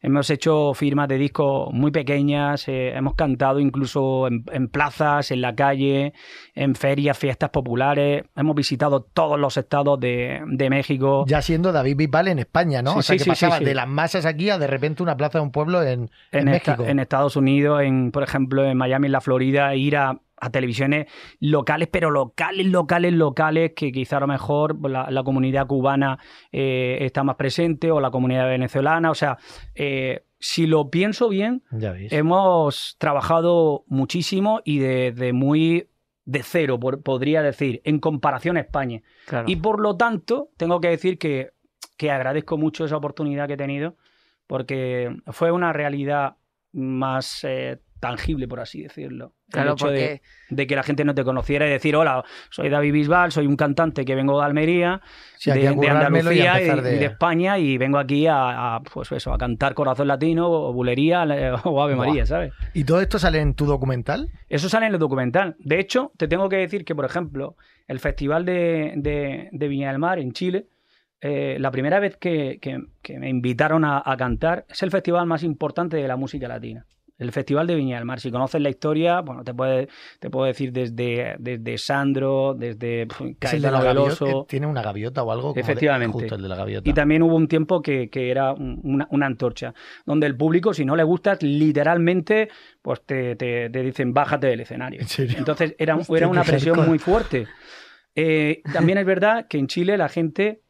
E: hemos hecho firmas de discos muy pequeñas, eh, hemos cantado incluso en, en plazas, en la calle, en ferias, fiestas populares, hemos visitado todos los estados de, de México.
C: Ya siendo David Bisbal en España, ¿no?
E: Sí,
C: o sea,
E: sí,
C: que
E: sí,
C: pasaba
E: sí, sí.
C: de las masas aquí a de repente una plaza de un pueblo en, en
E: en, esta-
C: México.
E: en Estados Unidos, en, por ejemplo, en Miami, en la Florida, ir a, a televisiones locales, pero locales, locales, locales, que quizá a lo mejor la, la comunidad cubana eh, está más presente o la comunidad venezolana. O sea, eh, si lo pienso bien,
C: Ya veis.
E: Em, hemos trabajado muchísimo y desde muy de cero, por- podría decir, en comparación a España.
F: Claro.
E: Y por lo tanto, tengo que decir que, que agradezco mucho esa oportunidad que he tenido, porque fue una realidad más eh, tangible, por así decirlo. El
F: Claro,
E: hecho de-
F: porque
E: de que la gente no te conociera y decir, hola, soy David Bisbal, soy un cantante que vengo de Almería,
C: Sí, aquí
E: de,
C: a
E: de
C: currármelo y a
E: Andalucía y,
C: empezar
E: y de
C: de-
E: España y vengo aquí a, a, pues eso, a cantar Corazón Latino o Bulería eh, o Ave
C: Buah.
E: María, ¿sabes?
C: ¿Y todo esto sale en tu documental?
E: Eso sale en el documental. De hecho, te tengo que decir que, por ejemplo, el Festival de, de- de Viña del Mar en Chile, eh, la primera vez que, que- que me invitaron a, a cantar, es el festival más importante de la música latina. El Festival de Viña del Mar. Si conoces la historia, bueno, te, puede, te puedo decir desde, desde Sandro, desde pf,
C: ¿Es el de
E: Caetano
C: la
E: Veloso.
C: gaviota? eh, ¿Tiene una gaviota o algo? como de-
E: Efectivamente.
C: Justo el de la gaviota.
E: Y también hubo un tiempo que, que era un- una, una antorcha, donde el público, si no le gustas, literalmente, pues te, te- te dicen, bájate del escenario.
C: ¿En serio?
E: Entonces era,
C: Hostia,
E: era una
C: qué
E: presión
C: hardcore.
E: muy fuerte. Eh, también es verdad que en Chile la gente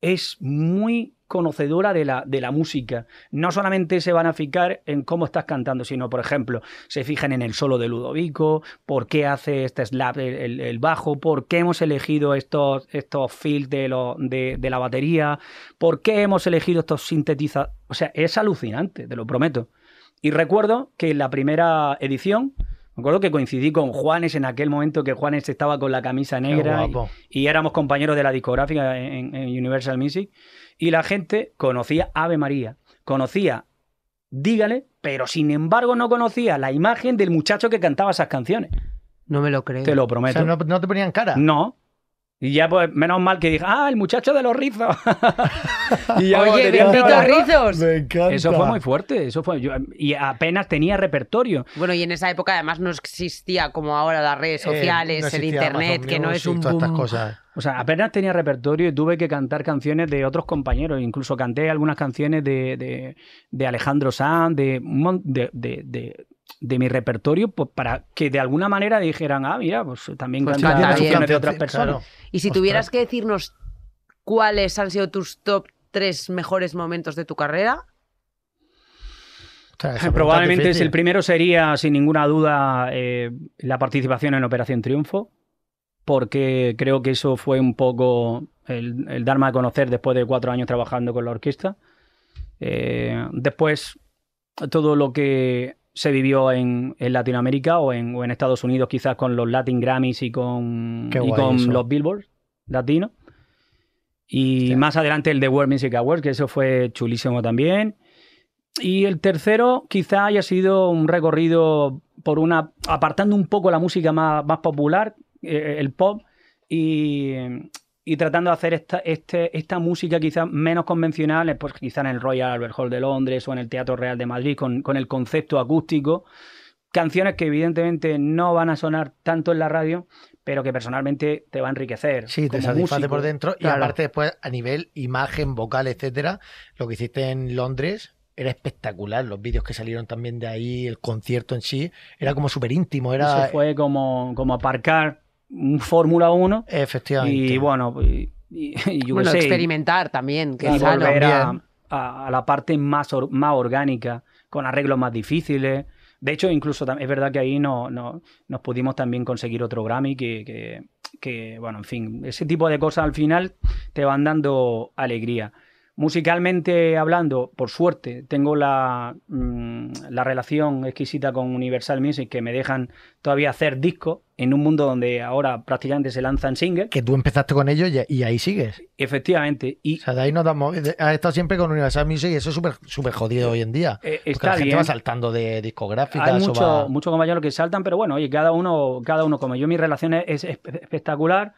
E: es muy conocedora de la, de la música. No solamente se van a fijar en cómo estás cantando, sino, por ejemplo, se fijan en el solo de Ludovico, por qué hace este slap el, el- el bajo, por qué hemos elegido estos, estos fills de, lo- de, de la batería, por qué hemos elegido estos sintetizadores. O sea, es alucinante, te lo prometo. Y recuerdo que en la primera edición, me acuerdo que coincidí con Juanes en aquel momento que Juanes estaba con la camisa
C: Qué
E: negra y,
C: guapo.
E: y éramos compañeros de la discográfica en, en Universal Music y la gente conocía Ave María, conocía Dígale, pero sin embargo no conocía la imagen del muchacho que cantaba esas canciones.
D: No me lo creo.
E: Te lo
C: O
E: prometo.
C: sea, no, no te ponían cara.
E: No. Y ya pues menos mal que dije, ah, el muchacho de los rizos. y ya cuando
D: Oye,
E: te dieron
D: bendito
E: los-
D: Rizos.
C: Me encanta.
E: Eso fue muy fuerte, eso fue yo- y apenas tenía repertorio.
D: Bueno, y en esa época además no existía como ahora las redes
C: Eh,
D: sociales,
C: no
D: el
C: existía
D: internet,
C: Amazon
D: que no
C: Music,
D: es un
C: todas estas
D: boom.
C: cosas.
E: O sea, apenas tenía repertorio y tuve que cantar canciones de otros compañeros. Incluso canté algunas canciones de, de- de Alejandro Sanz, de, un mon- de, de- de- de mi repertorio, pues, para que de alguna manera dijeran, ah, mira, pues también
D: Pues
E: cantan
D: canta
E: canciones
D: bien.
E: de otras personas.
C: Claro.
D: Y si
C: Ostras.
D: tuvieras que decirnos cuáles han sido tus top tres mejores momentos de tu carrera,
C: Ostras, esa pregunta
E: Probablemente
C: difícil.
E: el primero sería, sin ninguna duda, eh, la participación en Operación Triunfo, porque creo que eso fue un poco el, el darme a conocer después de cuatro años trabajando con la orquesta. Eh, después, todo lo que se vivió en, en Latinoamérica o en, o en Estados Unidos, quizás con los Latin Grammys y con,
C: Qué
E: y
C: guay
E: con
C: eso.
E: los Billboard latinos. Y
C: Hostia.
E: más adelante el The World Music Awards, que eso fue chulísimo también. Y el tercero quizá haya sido un recorrido por una. apartando un poco la música más, más popular, eh, el pop, y, y tratando de hacer esta, este, esta música quizá menos convencional, eh, pues quizá en el Royal Albert Hall de Londres o en el Teatro Real de Madrid, con, con el concepto acústico. Canciones que evidentemente no van a sonar tanto en la radio, pero que personalmente te va a enriquecer.
C: Sí, te
E: como
C: satisface
E: músico.
C: por dentro. Y
E: Claro.
C: aparte, después, a nivel imagen, vocal, etcétera, lo que hiciste en Londres era espectacular. Los vídeos que salieron también de ahí, el concierto en sí, era como súper íntimo. Era.
E: Eso fue como, como aparcar un Fórmula 1
C: Efectivamente.
E: y bueno, y, y- y yo qué
D: bueno,
E: sé,
D: experimentar también, que
E: y
D: es sano.
E: volver a,
C: también.
E: a- a la parte más, or- más orgánica, con arreglos más difíciles. De hecho, incluso tam- es verdad que ahí no, no- nos pudimos también conseguir otro Grammy que, que- que, bueno, en fin, ese tipo de cosas al final te van dando alegría. Musicalmente hablando, por suerte, tengo la, mm, la relación exquisita con Universal Music que me dejan todavía hacer discos en un mundo donde ahora prácticamente se lanzan singles.
C: Que tú empezaste con ellos y, y ahí sigues.
E: Efectivamente, y
C: O sea, de ahí no te has movido. Has estado siempre con Universal Music y eso es súper súper jodido hoy en día.
E: eh,
C: Porque la
E: está
C: gente
E: bien.
C: va saltando de discográficas.
E: Hay
C: o
E: muchos
C: va-
E: muchos compañeros que saltan, pero bueno, oye, cada uno, cada uno como yo, mi relación es, es espe- espectacular.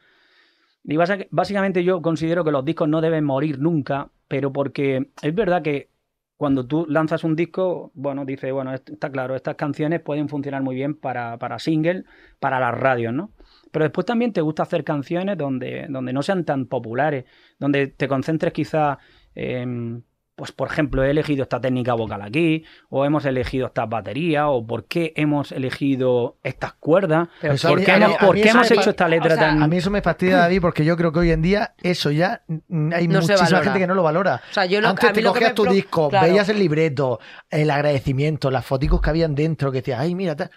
E: Y basa- básicamente yo considero que los discos no deben morir nunca, pero porque es verdad que cuando tú lanzas un disco, bueno, dices, bueno, est- está claro, estas canciones pueden funcionar muy bien para, para single, para las radios, ¿no? Pero después también te gusta hacer canciones donde, donde no sean tan populares, donde te concentres quizá em, pues por ejemplo, he elegido esta técnica vocal aquí, o hemos elegido estas baterías, o por qué hemos elegido estas cuerdas,
C: Pero eso a
E: por
C: mí-
E: qué
C: a mí-
E: hemos,
C: a
E: por
C: mí
E: qué
C: eso
E: hemos
C: me
E: hecho
C: pa-
E: esta letra
D: o sea,
E: tan...
C: A mí eso me fastidia, David, porque yo creo que hoy en día eso ya mm, hay
D: No se
C: muchísima
D: valora.
C: gente que no lo valora.
D: O sea, yo lo-
C: Antes
D: a mí
C: te
D: lo que
C: cogías
D: me
C: tu
D: pro-
C: disco,
D: claro.
C: veías el libreto, el agradecimiento, las foticos que habían dentro, que decías, ay, mira, tal".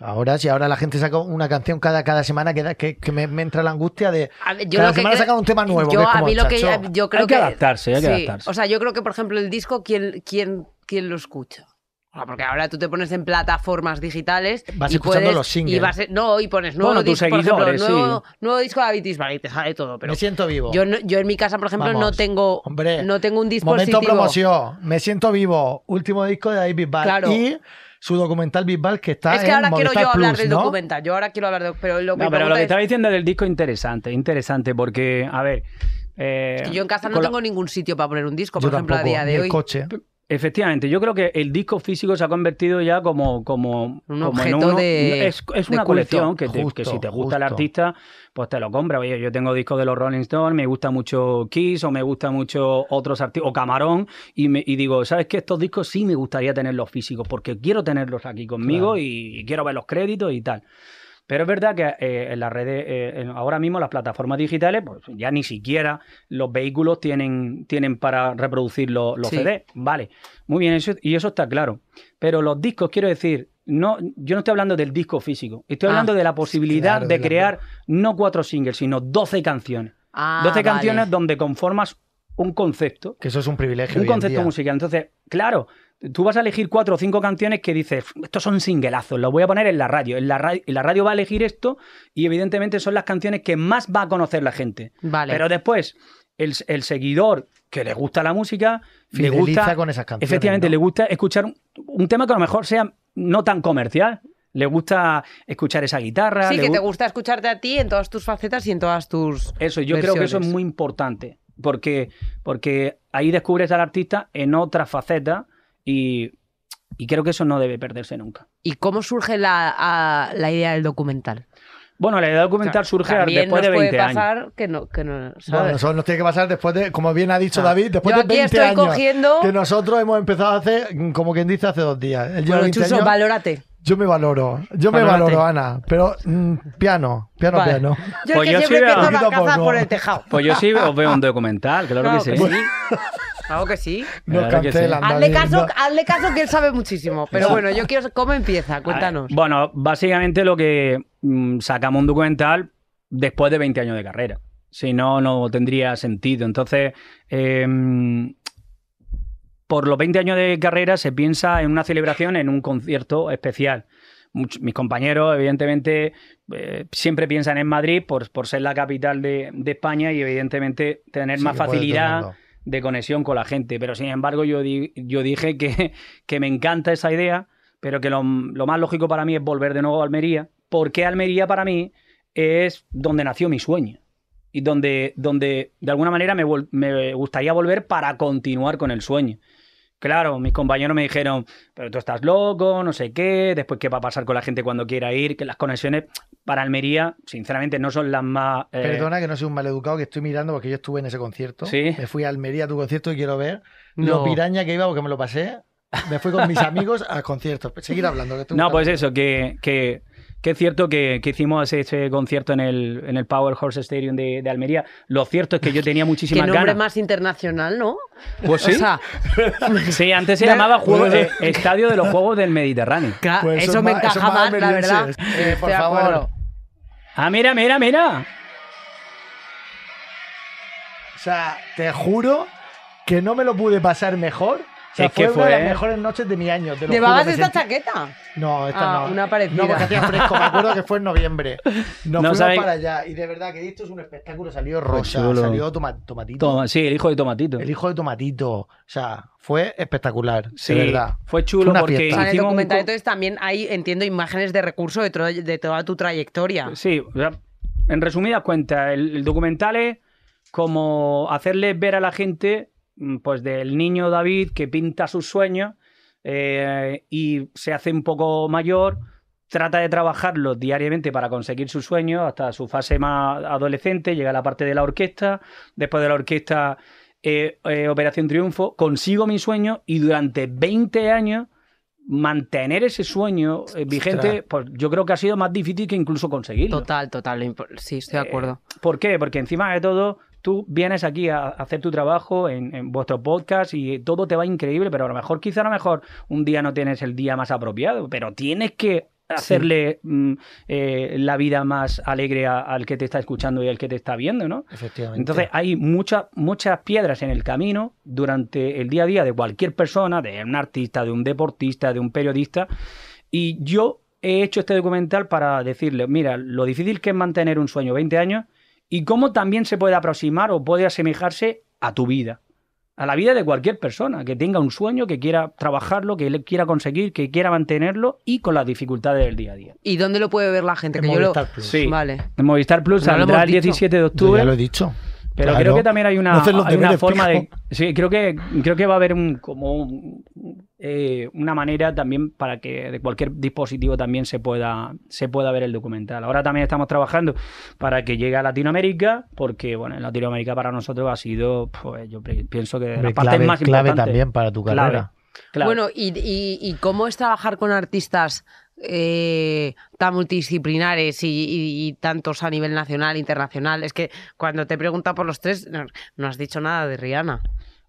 C: ahora si ahora la gente saca una canción cada, cada semana que, da- que, que me, me entra la angustia de
D: A ver, yo
C: cada
D: lo que
C: semana
D: cre-
C: sacan un tema nuevo.
D: Yo,
C: que es
D: a
C: como,
D: mí lo que
C: "Chacho".
D: yo creo
E: Hay que adaptarse, hay que adaptarse.
D: O sea, yo creo que, por ejemplo, el disco, ¿quién, quién, quién lo escucha? O sea, Porque ahora tú te pones en plataformas digitales
C: Vas
D: y
C: escuchando
D: puedes-
C: los singles.
D: Y vas, no, y pones nuevo
E: Bueno, tus
D: disco, por ejemplo,
E: seguidores, sí.
D: nuevo, nuevo disco de David Bisbal y te sale todo. Pero
C: me siento vivo.
D: yo, no- yo en mi casa, por ejemplo, no
C: Vamos,
D: tengo
C: hombre,
D: no tengo un dispositivo.
C: Momento promoción, me siento vivo. Último disco de David Bisbal
D: Claro.
C: y su documental Bisbal que está
D: es que
C: en
D: ahora quiero yo
C: ¿eh? Movistar
D: hablar
C: Plus,
D: del
C: ¿no?
D: documental. Yo ahora quiero hablar de. Pero lo que,
E: No, pero lo que
D: pregunta
E: estás
D: es,
E: diciendo del disco es interesante, interesante, porque, a ver... eh,
D: es que yo en casa no
E: con la-
D: tengo ningún sitio para poner un disco,
C: Yo
D: por ejemplo,
C: tampoco,
D: a día
C: ni
D: de
C: el
D: hoy.
C: coche.
E: Efectivamente, yo creo que el disco físico se ha convertido ya como, como,
D: Un
E: como
D: objeto de-
E: es, es
D: de culto.
E: una colección que, te-
C: Justo,
E: que si te gusta el
C: justo.
E: artista, pues te lo compra. Oye, yo tengo discos de los Rolling Stones, me gusta mucho Kiss o me gusta mucho otros artistas, o Camarón, y, me- y digo, ¿sabes qué? Estos discos sí me gustaría tenerlos físicos porque quiero tenerlos aquí conmigo
C: Claro.
E: y, y quiero ver los créditos y tal. Pero es verdad que eh, en las redes, eh, en- ahora mismo las plataformas digitales, pues ya ni siquiera los vehículos tienen, tienen para reproducir los, los
D: Sí.
E: CD. Vale, muy bien, eso, y eso está claro. Pero los discos, quiero decir, no, yo no estoy hablando del disco físico, estoy
D: Ah,
E: hablando de la posibilidad
C: claro,
E: de
C: claro.
E: crear no cuatro singles, sino 12 canciones.
D: Ah,
E: 12
D: vale.
E: canciones donde conformas un concepto
C: Que eso es un privilegio.
E: un
C: hoy en
E: concepto
C: día.
E: musical. Entonces, claro, tú vas a elegir cuatro o cinco canciones que dices, estos son singelazos, los voy a poner en la radio. En la, ra- en la radio va a elegir esto y evidentemente son las canciones que más va a conocer la gente.
D: Vale.
E: Pero después, el, el seguidor que le gusta la música, le
C: Fideliza
E: gusta...
C: con esas canciones.
E: Efectivamente,
C: ¿no?
E: le gusta escuchar un, un tema que a lo mejor sea no tan comercial. Le gusta escuchar esa guitarra.
D: Sí,
E: le
D: que te
E: gu-
D: gusta escucharte a ti en todas tus facetas y en todas tus.
E: Eso, yo creo que eso es
D: versiones.
E: muy importante, porque, porque ahí descubres al artista en otra faceta y, y creo que eso no debe perderse nunca.
D: ¿Y cómo surge la, a- la idea del documental?
E: Bueno, la idea documental
D: O sea,
E: surge
D: también
E: después
D: nos
E: de 20
D: puede
E: años.
D: pasar que no, que no
C: Bueno,
D: ¿sabes?
C: eso nos tiene que pasar después de, como bien ha dicho David,
D: Yo
C: después de
D: aquí
C: 20
D: estoy
C: años.
D: cogiendo-
C: Que nosotros hemos empezado hace, como quien dice, hace dos días. Él lleva
D: Bueno,
C: 20
D: Chuso,
C: años.
D: valórate.
C: Yo me valoro, yo me
E: Valórate.
C: valoro, Ana. Pero mm, piano, piano,
D: Vale.
C: piano.
D: Yo
E: Pues
D: es que
E: yo
D: siempre
E: sí veo-
D: empiezo la
C: Poquito a
D: casa
C: poco.
D: por el tejado.
E: Pues yo sí os veo un documental, claro,
D: Claro
E: que
D: que
E: sí.
D: sí. Claro que sí.
C: Nos
E: Claro que sí.
C: cancelan.
D: Hazle
C: David,
D: caso,
C: no.
D: hazle caso que él sabe muchísimo. Pero bueno, yo quiero. ¿Cómo empieza? Cuéntanos.
E: Ah, Bueno, básicamente lo que mm, sacamos un documental después de 20 años de carrera. Si no, no tendría sentido. Entonces, em, por los 20 años de carrera se piensa en una celebración, en un concierto especial. Much- mis compañeros, evidentemente, eh, siempre piensan en Madrid por, por ser la capital de, de España y, evidentemente, tener
C: Sí,
E: más
C: que puede
E: facilidad
C: tenerlo.
E: de conexión con la gente. Pero sin embargo, yo, di- yo dije que, que me encanta esa idea, pero que lo, lo más lógico para mí es volver de nuevo a Almería, porque Almería para mí es donde nació mi sueño y donde, donde de alguna manera me, vol- me gustaría volver para continuar con el sueño. Claro, mis compañeros me dijeron, pero tú estás loco, no sé qué, después qué va a pasar con la gente cuando quiera ir, que las conexiones para Almería, sinceramente, no son las más... eh,
C: Perdona que no soy un maleducado que estoy mirando porque yo estuve en ese concierto.
E: Sí.
C: Me fui a Almería a tu concierto y quiero ver
D: No.
C: lo piraña que iba porque me lo pasé. Me fui con mis amigos al concierto. Seguir hablando. que tú-
E: No, pues eso, que, que, que es cierto que, que hicimos ese concierto en el, en el Power Horse Stadium de, de Almería. Lo cierto es que yo tenía
D: Qué
E: muchísimas
D: nombre
E: ganas.
D: más internacional, ¿no?
E: Pues sí.
D: O sea,
E: Sí, antes se llamaba Juego-
C: Puede-
E: eh, Estadio de los Juegos del Mediterráneo.
D: claro,
C: Pues
D: eso
C: son
D: me
C: más-
D: encaja más,
C: son más
D: la verdad.
C: almerienses. Eh,
D: Estoy
C: por
D: de
C: favor.
D: acuerdo.
E: Ah, mira, mira, mira.
C: O sea, te juro que no me lo pude pasar mejor. O sea,
E: Es que
C: fue, una de
E: fue-
C: las mejores noches de mi año. te lo
D: ¿Llevabas
C: juro, me
D: esta
C: sentí-
D: chaqueta?
C: No, esta
D: Ah,
C: no.
D: una parecida.
C: No, porque hacía fresco. Me acuerdo que fue en noviembre. Nos
E: No
C: fuimos
E: sabéis-
C: para allá. Y de verdad que esto es un espectáculo. Salió Rocha,
E: chulo.
C: salió Toma- Tomatito.
E: Toma- sí, el hijo de Tomatito.
C: El hijo de Tomatito. O sea, fue espectacular.
E: Sí,
C: de verdad.
E: fue chulo
C: Fue una
E: porque
D: O
C: fiesta.
D: sea, en el
E: hicimos un
D: documental
E: co-
D: entonces también hay, entiendo, imágenes de recurso de, tro- de toda tu trayectoria.
E: Sí, o sea, en resumidas cuentas, el, el documental es como hacerles ver a la gente, mm, pues del niño David que pinta sus sueños eh, y se hace un poco mayor, trata de trabajarlos diariamente para conseguir sus sueños hasta su fase más adolescente, llega a la parte de la orquesta, después de la orquesta eh, eh, Operación Triunfo, consigo mi sueño y durante 20 años mantener ese sueño eh, vigente, pues yo creo que ha sido más difícil que incluso conseguirlo.
D: Total, total. lo impo- Sí, estoy de acuerdo.
E: ¿Por qué? Porque encima de todo, tú vienes aquí a hacer tu trabajo en, en vuestro podcast y todo te va increíble, pero a lo mejor, quizá a lo mejor un día no tienes el día más apropiado, pero tienes que hacerle mm, eh, la vida más alegre a- al que te está escuchando y al que te está viendo, ¿no?
C: Efectivamente.
E: Entonces hay muchas, muchas piedras en el camino durante el día a día de cualquier persona, de un artista, de un deportista, de un periodista. Y yo he hecho este documental para decirle, mira, lo difícil que es mantener un sueño 20 años y cómo también se puede aproximar o puede asemejarse a tu vida. A la vida de cualquier persona que tenga un sueño, que quiera trabajarlo, que le quiera conseguir, que quiera mantenerlo y con las dificultades del día a día.
D: ¿Y dónde lo puede ver la gente?
C: En
D: Que yo lo...
C: Movistar Plus.
E: Sí.
D: Vale.
E: En Movistar Plus
D: No lo
E: saldrá
D: hemos
E: el
D: dicho.
E: 17 de
C: Yo
E: octubre.
C: ya lo he dicho.
E: Pero
C: Claro.
E: creo que también hay
C: No
E: una,
C: haces los
E: hay una
C: deberes,
E: forma de.
C: pijo.
E: Sí, creo que, creo que va a haber un, como un- eh, una manera también para que de cualquier dispositivo también se pueda, se pueda ver el documental. Ahora también estamos trabajando para que llegue a Latinoamérica, porque bueno, en Latinoamérica para nosotros ha sido, pues yo pre- pienso que de las
C: Hombre,
E: partes
C: clave,
E: más
C: clave
E: importantes.
C: también para tu
E: Clave,
C: carrera.
E: clave.
D: Bueno, y, y- y cómo es trabajar con artistas eh, tan multidisciplinares y, y- y tantos a nivel nacional, internacional? Es que cuando te pregunta por los tres, no, no has dicho nada de Rihanna.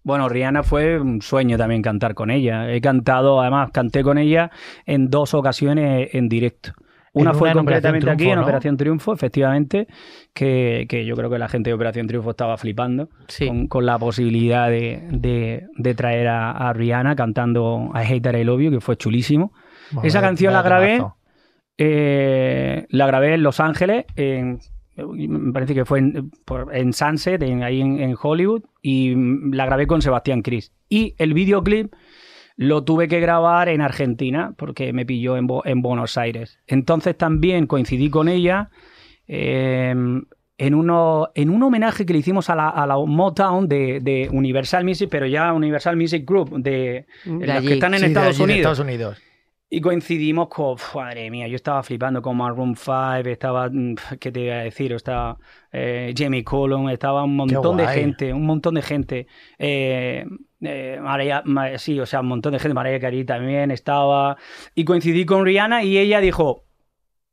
E: Bueno, Rihanna fue un sueño también cantar con ella. He cantado, además, canté con ella en dos ocasiones en directo. Una
C: En
E: fue
C: una en Operación
E: completamente aquí,
C: Triunfo,
E: en
C: ¿no?
E: Operación Triunfo, efectivamente, que, que yo creo que la gente de Operación Triunfo estaba flipando
D: Sí.
E: con, con la posibilidad de, de- de traer a, a Rihanna cantando I Hate That I Love You, que fue chulísimo.
C: Bueno,
E: Esa
C: vaya-
E: canción la
C: vaya
E: grabé,
C: temazo.
E: Eh, la grabé en Los Ángeles, en- me parece que fue en, por- en Sunset, en- ahí en, en Hollywood, y mm, la grabé con Sebastián Cris. Y el videoclip lo tuve que grabar en Argentina, porque me pilló en, Bo- en Buenos Aires. Entonces también coincidí con ella eh, en, uno, en un homenaje que le hicimos a la, a la Motown de, de Universal Music, pero ya Universal Music Group, de,
D: De
E: las
D: allí.
E: que están en
C: Sí, de
E: Estados
C: allí, de
E: Unidos.
C: Estados Unidos.
E: Y coincidimos con, uf, madre mía, yo estaba flipando con Maroon 5, estaba, mm, ¿qué te voy a decir? Estaba eh, Jamie Cullum, estaba un
C: Qué
E: montón de
C: guay.
E: gente, un montón de gente. Eh, eh, Mariah- Ma- sí, o sea, un montón de gente, María Carey también estaba. Y coincidí con Rihanna y ella dijo,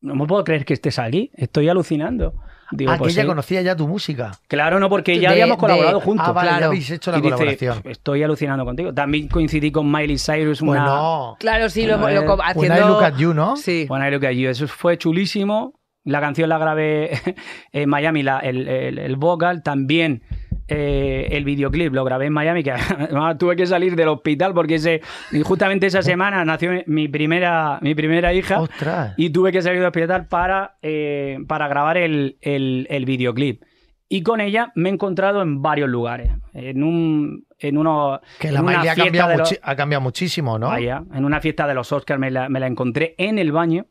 E: no me puedo creer que estés aquí, estoy alucinando. Digo,
C: Ah, que
E: pues
C: ella
E: sí.
C: conocía ya tu música.
E: Claro, no, porque ya
D: De-
E: habíamos colaborado
D: de-
E: juntos.
C: Ah, vale, ya
D: claro.
C: habéis hecho la
E: Y dice,
C: colaboración.
E: estoy alucinando contigo. También coincidí con Miley Cyrus,
C: Pues
E: una,
C: no.
D: Claro, sí, lo,
E: Bueno,
D: lo co-
E: eh,
C: When
D: haciendo...
C: I look at you, ¿no?
D: Sí.
E: Bueno, ahí lo que hay. Eso fue chulísimo. La canción la grabé en Miami, la- el, el- el vocal. También eh, el videoclip lo grabé en Miami, que además tuve que salir del hospital porque ese, justamente esa semana nació mi primera, mi primera hija.
C: Oh. Ostras.
E: Y tuve que salir del hospital para, eh, para grabar el, el- el videoclip. Y con ella me he encontrado en varios lugares. En un. En uno,
C: que la
E: en una
C: Miley ha
E: fiesta
C: cambiado,
E: de los-
C: muchi- ha cambiado muchísimo, ¿no?
E: Vaya, en una fiesta de los Oscars me la- me la encontré en el baño.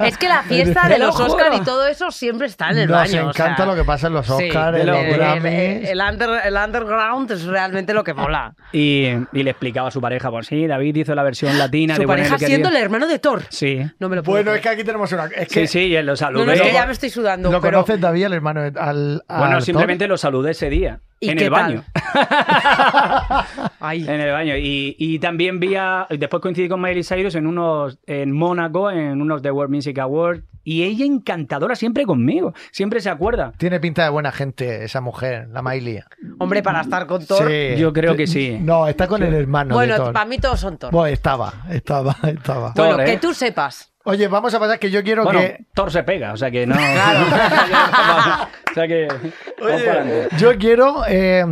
D: Es que la fiesta
E: Te
D: de
E: lo
D: los Oscar
E: juro.
D: y todo eso siempre está en el
C: Nos
D: baño. o sea,
C: encanta lo que pasa en los
D: sí,
C: Oscars, en
D: el,
C: los
D: el-
C: Grammys.
D: el- el under- el underground es realmente lo que mola.
E: Y, y le explicaba a su pareja, pues sí, David hizo la versión latina.
D: Su
E: de Buena
D: pareja
E: Alegría".
D: siendo el hermano de Thor.
E: Sí.
D: No me lo puedo
C: Bueno,
D: creer.
C: es que aquí tenemos una. Es
E: Sí,
C: que
E: sí, y lo
D: No,
E: saludé.
D: no, es que ya me
E: Lo-
D: estoy sudando.
C: lo
D: pero...
C: conoces David, el hermano de- al, al
E: Bueno,
C: Thor?
E: simplemente lo saludé ese día.
D: ¿Y
E: En
D: qué
E: el
D: tal?
E: baño.
D: Ay.
E: En el baño. Y, y también vi a- Después coincidí con Miley Cyrus en unos... En Mónaco, en unos The World Music Awards. Y ella encantadora siempre conmigo. Siempre se acuerda.
C: Tiene pinta de buena gente esa mujer, la Miley.
D: Hombre, para estar con Thor.
E: yo creo que sí.
C: No, está con el hermano de
D: bueno,
C: Thor.
D: para mí todos son Thor.
C: Pues estaba, estaba, estaba.
E: Thor,
D: bueno,
E: ¿eh?
D: que tú sepas.
C: Oye, vamos a pasar que yo quiero
E: Bueno,
C: que.
E: Thor se pega, o sea que no... o sea que... vamos para adelante.
C: Yo quiero eh,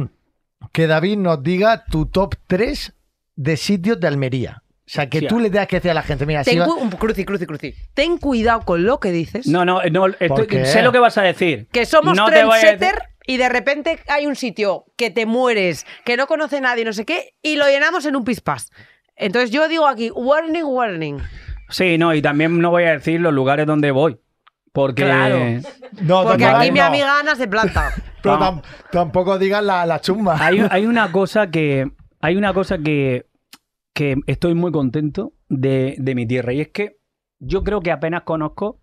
C: que David nos diga tu top 3 de sitios de Almería. O sea, que
E: Sí,
C: tú
E: ah.
C: le tengas que decir a la gente, mira, si
D: Ten
C: va-
D: cu- un- cruci, cruci, cruci. Ten cuidado con lo que dices.
E: No, no, no estoy-
C: ¿Por qué?
E: sé lo que vas a decir.
D: Que somos
E: No te voy a decir-
D: trendsetter y de repente hay un sitio que te mueres, que no conoce nadie, no sé qué, y lo llenamos en un pispás. Entonces yo digo aquí, warning, warning.
E: Sí, no, y también no voy a decir los lugares donde voy. Porque.
D: Claro.
C: No,
D: Porque
C: tampoco-
D: aquí mi
C: no.
D: amiga Ana se planta.
C: Pero
E: Vamos.
C: tam- tampoco digas la, la chumba.
E: Hay, hay una cosa que. Hay una cosa que. que estoy muy contento de, de mi tierra. Y es que yo creo que apenas conozco,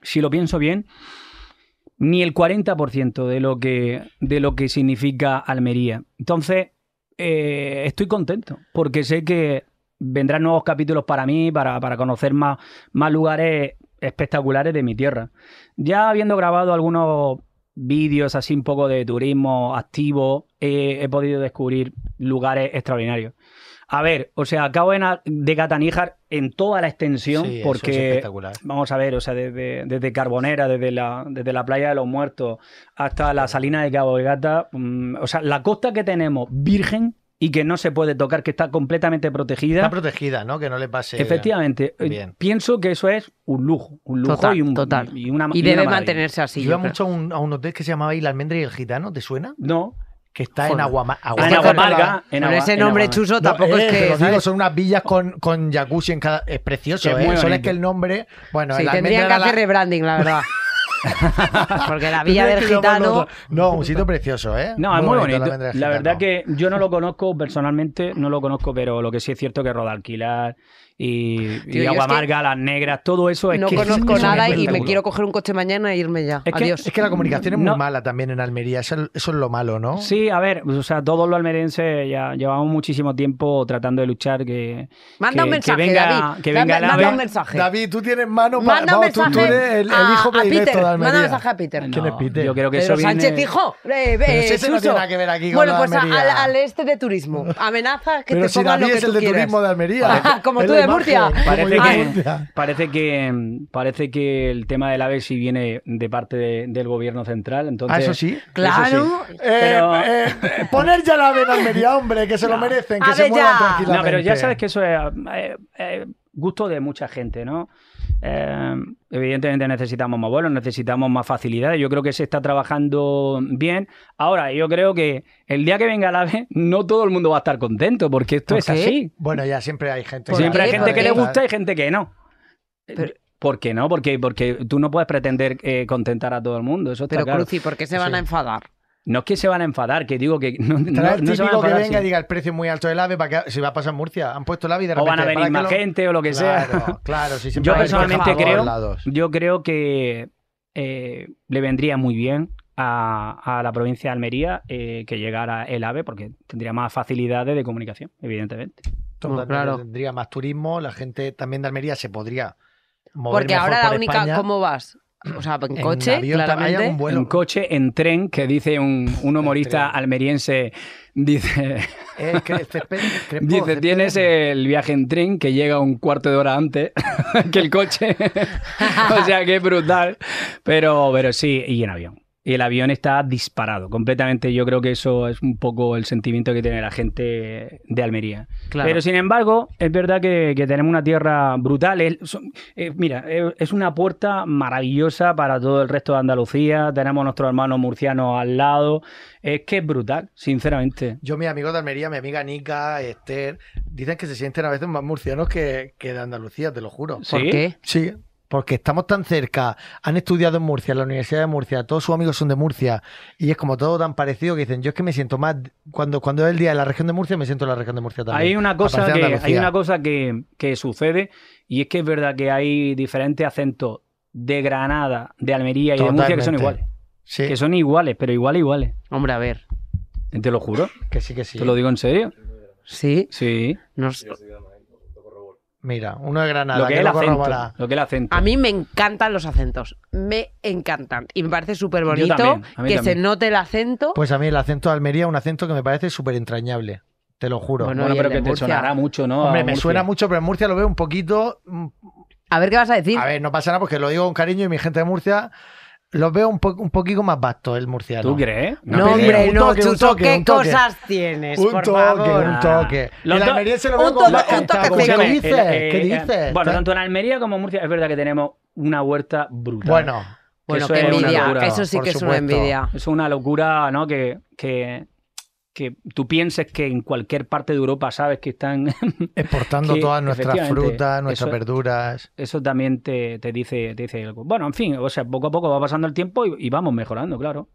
E: si lo pienso bien, ni el 40% de lo, que, de lo que significa Almería. Entonces, eh, estoy contento, porque sé que vendrán nuevos capítulos para mí, para, para conocer más, más lugares espectaculares de mi tierra. Ya habiendo grabado algunos vídeos así un poco de turismo activo, eh, he podido descubrir lugares extraordinarios. A ver, o sea, acabo en a- de Cataníjar en toda la extensión,
C: Sí, eso es
E: porque
C: espectacular.
E: vamos a ver, o sea, desde, desde Carbonera, desde la, desde la playa de los muertos hasta la salina de Cabo de Gata, mm, o sea, la costa que tenemos virgen y que no se puede tocar, que está completamente protegida.
C: Está protegida, ¿no? Que no le pase.
E: Efectivamente, eh,
C: Bien.
E: pienso que eso es un lujo, un lujo
D: Total,
E: y un
D: total.
E: y una
D: Y
E: una
D: debe
E: maravilla.
D: mantenerse así.
C: Yo
D: yo
C: iba
D: creo.
C: mucho a un, a un hotel que se llamaba Isla Almendra y el Gitano, ¿te suena?
E: No,
C: Que está en
E: Joder.
C: Aguama-
E: Ah, en
C: Aguamarga.
E: Aguamarga, en
D: Con
E: Agua-
D: ese
E: en
D: nombre
E: Aguamarga.
D: chuso
C: No,
D: tampoco
C: eh,
D: es
C: te
D: que.
C: lo
D: ¿sabes?
C: digo, son unas villas con, con jacuzzi en cada. Es precioso,
E: Es
C: ¿eh?
E: muy
C: Solo es
E: bonito.
C: que el nombre. Bueno,
D: Sí,
C: la
D: tendrían que
C: almendra era
D: hacer
C: la-
D: rebranding, la verdad. Porque la Villa
C: Tendrían
D: del
C: que llamarlo
D: Gitano.
C: otro- No, un sitio precioso, ¿eh?
E: No, es muy bonito.
C: Almendra del
E: La verdad
C: Gitano.
E: que yo no lo conozco personalmente, no lo conozco, pero lo que sí es cierto que Rodalquilar y, y
D: Tío, yo
E: Agua
D: es que
E: Amarga, Las Negras, todo eso es
D: No
E: que es
D: conozco
E: un
D: nada y me
E: espectáculo.
D: quiero coger un coche mañana e irme ya.
E: Es que-
D: Adiós.
C: Es que la comunicación es muy
E: No.
C: mala también en Almería. Eso, es- eso es lo malo, ¿no?
E: Sí, a ver, pues, o sea, todos los almerenses ya llevamos muchísimo tiempo tratando de luchar que
D: Manda
E: que-
D: un
E: que
D: mensaje,
E: venga-
D: David.
E: que venga
D: Dame-
E: el
D: manda
E: AVE.
D: un mensaje.
C: David, tú tienes mano para.
D: Manda un
C: vamos, tú-
D: mensaje.
C: tú, eres el, el
D: a-
C: hijo
D: a
C: predilecto
D: Peter.
C: de Almería.
D: Manda un mensaje a Peter.
E: No,
C: ¿Quién es Peter?
E: Yo creo que
D: Pedro
E: eso viene-
D: Sánchez, hijo. Eh, eh,
C: si ese no
D: Suso.
C: tiene nada que ver aquí con
D: bueno,
C: la
D: pues a-
C: Almería.
D: al, al este de turismo. Amenaza que
C: Pero
D: te
C: si
D: pongan lo
C: David
D: que
C: es el
D: tú
C: de
D: quieras.
C: turismo de Almería.
D: Ajá, como
C: Es
D: tú
C: la
D: de Murcia.
C: imagen, como
E: Parece
C: yo Ah, de
E: que,
C: Murcia.
E: parece, que, parece que el tema del AVE sí viene de parte de- del gobierno central. Entonces,
C: Ah, eso sí.
D: Claro.
C: Eh,
E: Pero-
C: eh, eh, poner ya la ave en Almería, hombre, que se lo merecen, que
D: A
C: se
D: ver,
C: muevan
D: ya.
C: tranquilamente.
E: No, pero ya sabes que eso es eh, eh, gusto de mucha gente, ¿no? Eh, evidentemente necesitamos más vuelos, necesitamos más facilidades. Yo creo que se está trabajando bien. Ahora, yo creo que el día que venga el AVE, no todo el mundo va a estar contento, porque esto
D: ¿Por
E: es
D: qué?
E: así.
C: Bueno, ya siempre hay gente.
E: Siempre
D: qué?
E: hay gente
D: ¿Por
E: que le
D: qué?
E: gusta y gente que no.
D: Pero-
E: ¿Por qué no? Porque, porque tú no puedes pretender eh, contentar a todo el mundo. Eso está
D: Pero
E: claro.
D: Cruci, ¿por qué se van
E: Sí.
D: a enfadar?
E: No es que se van a enfadar, que digo que no, no-
C: Trae el
E: no se van
C: típico
E: a
C: que
E: enfadar,
C: venga y
E: sí.
C: diga el precio es muy alto del ave, para que, si va a pasar en Murcia, han puesto el ave y de
E: O
C: repente...
E: van a venir
C: para
E: más
C: que lo-
E: gente o lo que sea.
C: Claro, claro. sí, siempre
E: Yo
C: hay quejas
E: personalmente
C: por
E: creo,
C: todos lados.
E: yo creo que eh, le vendría muy bien a, a la provincia de Almería eh, que llegara el AVE porque tendría más facilidades de comunicación, evidentemente.
C: Totalmente,
D: claro.
C: Tendría más turismo, la gente también de Almería se podría mover
D: Porque
C: mejor
D: ahora
C: por
D: la única.
C: España.
D: ¿Cómo vas? O sea, en,
C: En
D: coche,
C: avión,
D: claramente.
C: hay algún vuelo.
E: en coche, en tren, que dice un, un humorista
C: tren.
E: almeriense, dice,
C: Eh, cre- césped- crespo,
E: dice
C: césped.
E: tienes eh, el viaje en tren que llega un cuarto de hora antes que el coche. o sea, que es brutal. Pero, pero sí, y en avión. Y el avión está disparado completamente. Yo creo que eso es un poco el sentimiento que tiene la gente de Almería.
D: Claro.
E: Pero sin embargo, es verdad que, que tenemos una tierra brutal. Es- son- eh, mira, eh, es una puerta maravillosa para todo el resto de Andalucía. Tenemos nuestros hermanos murcianos al lado. Es que es brutal, sinceramente.
C: Yo, mis amigos de Almería, mi amiga Nica, Esther, dicen que se sienten a veces más murcianos que, que de Andalucía, te lo juro.
D: ¿Por
E: Sí.
D: qué?
C: Sí, porque estamos tan cerca. Han estudiado en Murcia, en la Universidad de Murcia, todos sus amigos son de Murcia. Y es como todo tan parecido que dicen, yo es que me siento más. Cuando, cuando es el día de la región de Murcia, me siento en la región de Murcia también.
E: Hay una cosa,
C: aparte de
E: que, hay
C: Andalucía.
E: una cosa que, que sucede y es que es verdad que hay diferentes acentos de Granada, de Almería y de Murcia que son
C: Totalmente.
E: iguales.
C: Sí,
E: Que son iguales, pero iguales, iguales.
D: Hombre, a ver.
E: Te lo juro,
C: que sí, que sí.
E: te lo digo en serio.
D: Sí.
E: Sí,
D: no sé.
C: Mira, uno de Granada,
E: lo que,
C: que
E: es el
C: lo
E: acento.
C: corroborará.
E: Lo que es el acento.
D: A mí me encantan los acentos. Me encantan. Y me parece súper bonito
E: Yo también, a mí
D: que
E: también.
D: se note el acento.
C: Pues a mí el acento de Almería es un acento que me parece súper entrañable. Te lo juro.
D: Bueno,
E: Bueno,
D: y el
E: pero
D: de
E: que te
D: Murcia.
E: sonará mucho, ¿no?
C: Hombre,
E: A
C: me
E: Murcia.
C: suena mucho, pero en Murcia lo veo un poquito. mm,
D: A ver qué vas a decir.
C: A ver, no pasa nada porque lo digo con cariño y mi gente de Murcia los veo un, po- un poquito más vasto el murciano.
E: ¿Tú crees?
D: no,
C: pero
D: hombre,
C: un
D: no,
C: toque, un
D: Chuso,
C: toque,
D: ¿qué
C: un toque.
D: cosas tienes?
C: Un
D: por
C: toque,
D: favor.
C: un toque.
E: Los
C: El
E: dos-
C: almeriense Ah. lo
D: un
C: veo como
D: toque,
C: más
D: un toque,
C: cantado.
D: un
C: ¿Qué
D: toque.
C: dices?
E: Eh,
C: ¿Qué
E: eh,
C: dices?
E: Bueno, tanto en Almería como en Murcia, es verdad que tenemos una huerta brutal.
C: Bueno,
D: Bueno,
E: Eso
D: qué
E: es una
D: envidia.
E: locura,
D: Eso sí
C: por
D: que es una
C: supuesto.
D: envidia.
E: Es una locura, ¿no? Que, que, que tú pienses que en cualquier parte de Europa sabes que están.
C: exportando
E: que
C: todas nuestras
E: efectivamente,
C: frutas, nuestras
E: eso-
C: verduras.
E: Eso también te, te dice, te dice algo. Bueno, en fin, o sea, poco a poco va pasando el tiempo y, y vamos mejorando, claro.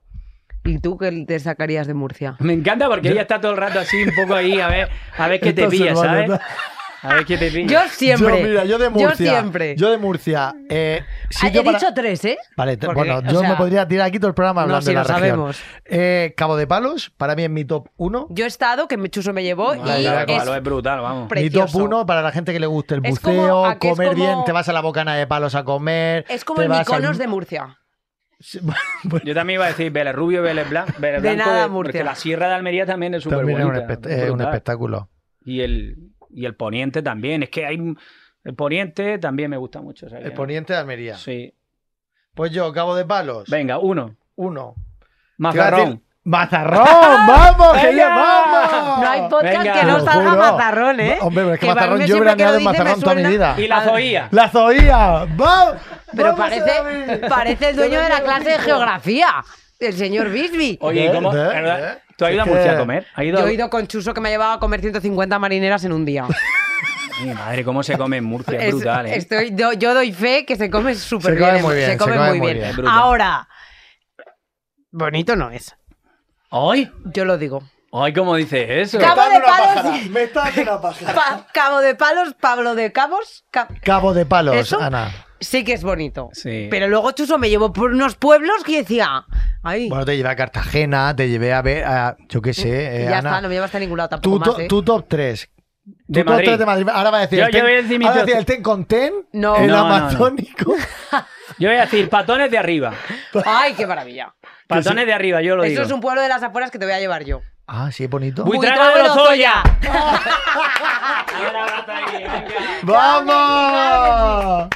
D: ¿Y tú qué te sacarías de Murcia?
E: Me encanta porque
C: Yo-
E: ella está todo el rato así, un poco ahí, a ver, a ver qué te
C: Entonces,
E: pilla,
C: vale,
E: ¿sabes?
C: ¿no?
E: A ver quién te pilla.
D: Yo siempre.
C: Yo, mira, yo de Murcia.
D: siempre.
C: Yo de Murcia. eh,
D: Ah,
C: sitio
D: He
C: para-
D: dicho tres, ¿eh?
C: Vale, te-
D: Porque,
C: bueno,
D: o
C: yo
D: sea,
C: me podría tirar aquí todo el programa
D: no,
C: hablando
D: si
C: de la
D: lo
C: región.
D: sabemos.
C: Eh, Cabo de Palos, para mí es mi top 1.
D: Yo he estado, que mi Chuso me llevó
E: Vale,
D: y
E: claro,
C: es-
E: claro, es brutal, vamos.
D: Pre-
C: Mi top
D: Precioso.
C: 1 para la gente que le guste el
D: Es
C: buceo,
D: como- a que es
C: comer bien,
D: como-
C: te vas a la bocana de palos a comer.
D: es como
C: te
D: el
C: vas al-
D: Miconos de Murcia.
E: Yo también iba a decir Vélez Rubio, Vélez Blanco. Vélez
D: De
E: Blanco
D: nada,
E: de-
D: Murcia.
E: Porque la Sierra de Almería también es súper
C: También es
E: bonita.
C: un, espect- es un espectáculo.
E: Y el, y el Poniente también. Es que hay... un- El Poniente también me gusta mucho. o sea que-
C: El poniente de Almería.
E: Sí.
C: Pues yo, Cabo de Palos.
E: Venga, uno.
C: Uno. Te iba a
E: Mazarrón.
C: decir- ¡Mazarrón! ¡Vamos! que
E: Venga.
C: ya vamos!
D: No hay podcast
E: Venga.
D: que no
E: Te lo
D: salga
C: juro.
D: mazarrón, ¿eh?
C: Hombre, pero es que,
D: Que
C: mazarrón,
D: Barbe
C: yo hubiera
D: siempre que lo
C: añado
D: dice me
C: mazarrón toda mi
D: suena.
C: vida.
E: Y la Zoía.
C: ¡La zoía! ¡Vamos!
D: Pero
C: ¡Vamos a
D: parece,
C: David!
D: parece el dueño de la clase de geografía, el señor Bisbee.
E: Oye, ¿y ¿cómo?
C: Eh,
E: la
C: eh,
E: verdad,
C: eh.
E: ¿Tú has ido a
C: Es que-
E: Murcia a comer? ¿Has ido a-
D: Yo he ido con Chuso que me ha llevado a comer 150 marineras en un día.
E: Mi madre, cómo se come en Murcia. Es
D: Es-
E: brutal, ¿eh?
D: estoy- do- yo doy fe que se come súper
C: Se come
D: bien,
C: muy bien,
D: Se come, muy bien.
E: Es brutal.
D: Ahora, bonito no es.
E: ¡Ay!
D: Yo lo digo.
E: ¡Ay, cómo dices eso!
D: Cabo
C: Dame
D: de
C: una
D: palos.
C: pájara, Me está dando una pájara.
D: Pa- cabo de palos, Pablo de Cabos. Ca-
C: Cabo de Palos,
D: Eso-
C: Ana.
D: sí que es bonito.
E: Sí.
D: Pero luego Chuso me llevó por unos pueblos que decía, ay,
C: Bueno, te llevé a Cartagena, te llevé a ver, a- yo qué sé,
D: y
C: eh,
D: ya
C: Ana.
D: está, no me llevas a ningún lado tampoco
C: tu,
D: más,
C: to-
D: ¿eh?
C: tu top 3.
E: De
C: tu top
E: Madrid.
C: 3 de Madrid. Ahora va a decir,
E: Yo-
C: el,
E: yo
C: ten,
E: voy a decir mi
C: ahora va
E: top
C: decir el ten con ten,
D: No.
C: el
E: No, no, no.
C: amazónico.
E: Yo voy a decir patones de arriba.
D: Ay, qué maravilla.
E: Patones de arriba, yo lo
D: Eso
E: digo.
D: es un pueblo de las afueras que te voy a llevar yo.
C: Ah, sí, es bonito.
E: Buitrago
D: Buitrago
E: de
D: de
E: Lozoya.
C: ¡Vamos!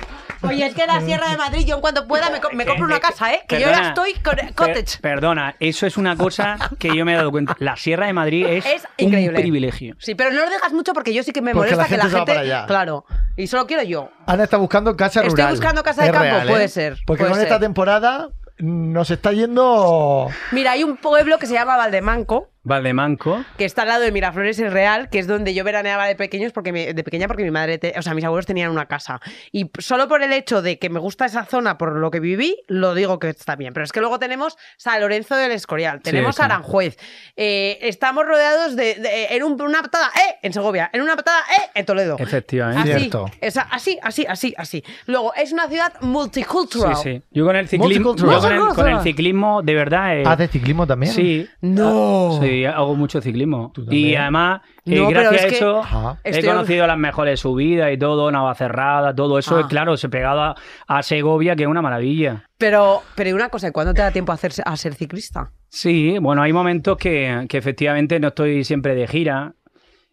D: Oye, es que la Sierra de Madrid, yo en cuanto pueda me, co- me compro una casa, ¿eh? Que yo ya
E: Perdona,
D: estoy con
E: per-
D: cottage.
E: perdona, eso es una cosa que yo me he dado cuenta. La Sierra de Madrid es,
D: Es
E: un
D: increíble.
E: privilegio.
D: Sí, pero no lo dejas mucho porque yo sí que me
C: Porque
D: molesta
C: la
D: que la
C: gente se va
D: gente.
C: para allá.
D: Claro. Y solo quiero yo.
C: Ana está buscando casa
D: Estoy
C: rural.
D: buscando casa de
C: Es
D: campo,
C: real, ¿eh?
D: puede ser,
C: Porque
D: puede
C: con
D: ser.
C: esta temporada nos está yendo...
D: Mira, hay un pueblo que se llama Valdemanco,
E: Valdemanco.
D: que está al lado de Miraflores el Real, que es donde yo veraneaba de pequeños porque mi- de pequeña porque mi madre, te- o sea, mis abuelos tenían una casa. Y p- solo por el hecho de que me gusta esa zona por lo que viví, lo digo que está bien. Pero es que luego tenemos San Lorenzo del Escorial, tenemos
E: sí.
D: Aranjuez, eh, estamos rodeados de, de- en un- una patada, eh, en Segovia, en una patada, eh, en Toledo.
E: Efectivamente.
D: Así,
C: Cierto.
D: o sea, así, así, así, así. Luego, es una ciudad multicultural.
E: Sí, sí. Yo con el ciclismo,
C: Multicultural.
E: yo con, el, con el
D: Multicultural.
E: ciclismo, de verdad. eh,
C: ¿Hace ciclismo también?
E: sí.
D: No.
E: Sí, hago mucho ciclismo.
C: Tú también.
E: Y además, eh,
D: No, pero
E: gracias
D: es
E: a
D: que-
E: eso,
C: Ajá.
E: he
D: Estoy-
E: conocido las mejores subidas y todo, Navacerrada, todo eso,
D: Ah.
E: es claro, se pegado a, a Segovia, que es una maravilla.
D: Pero, pero una cosa, ¿cuándo te da tiempo a, hacerse- a ser ciclista?
E: Sí, bueno, hay momentos que, que efectivamente no estoy siempre de gira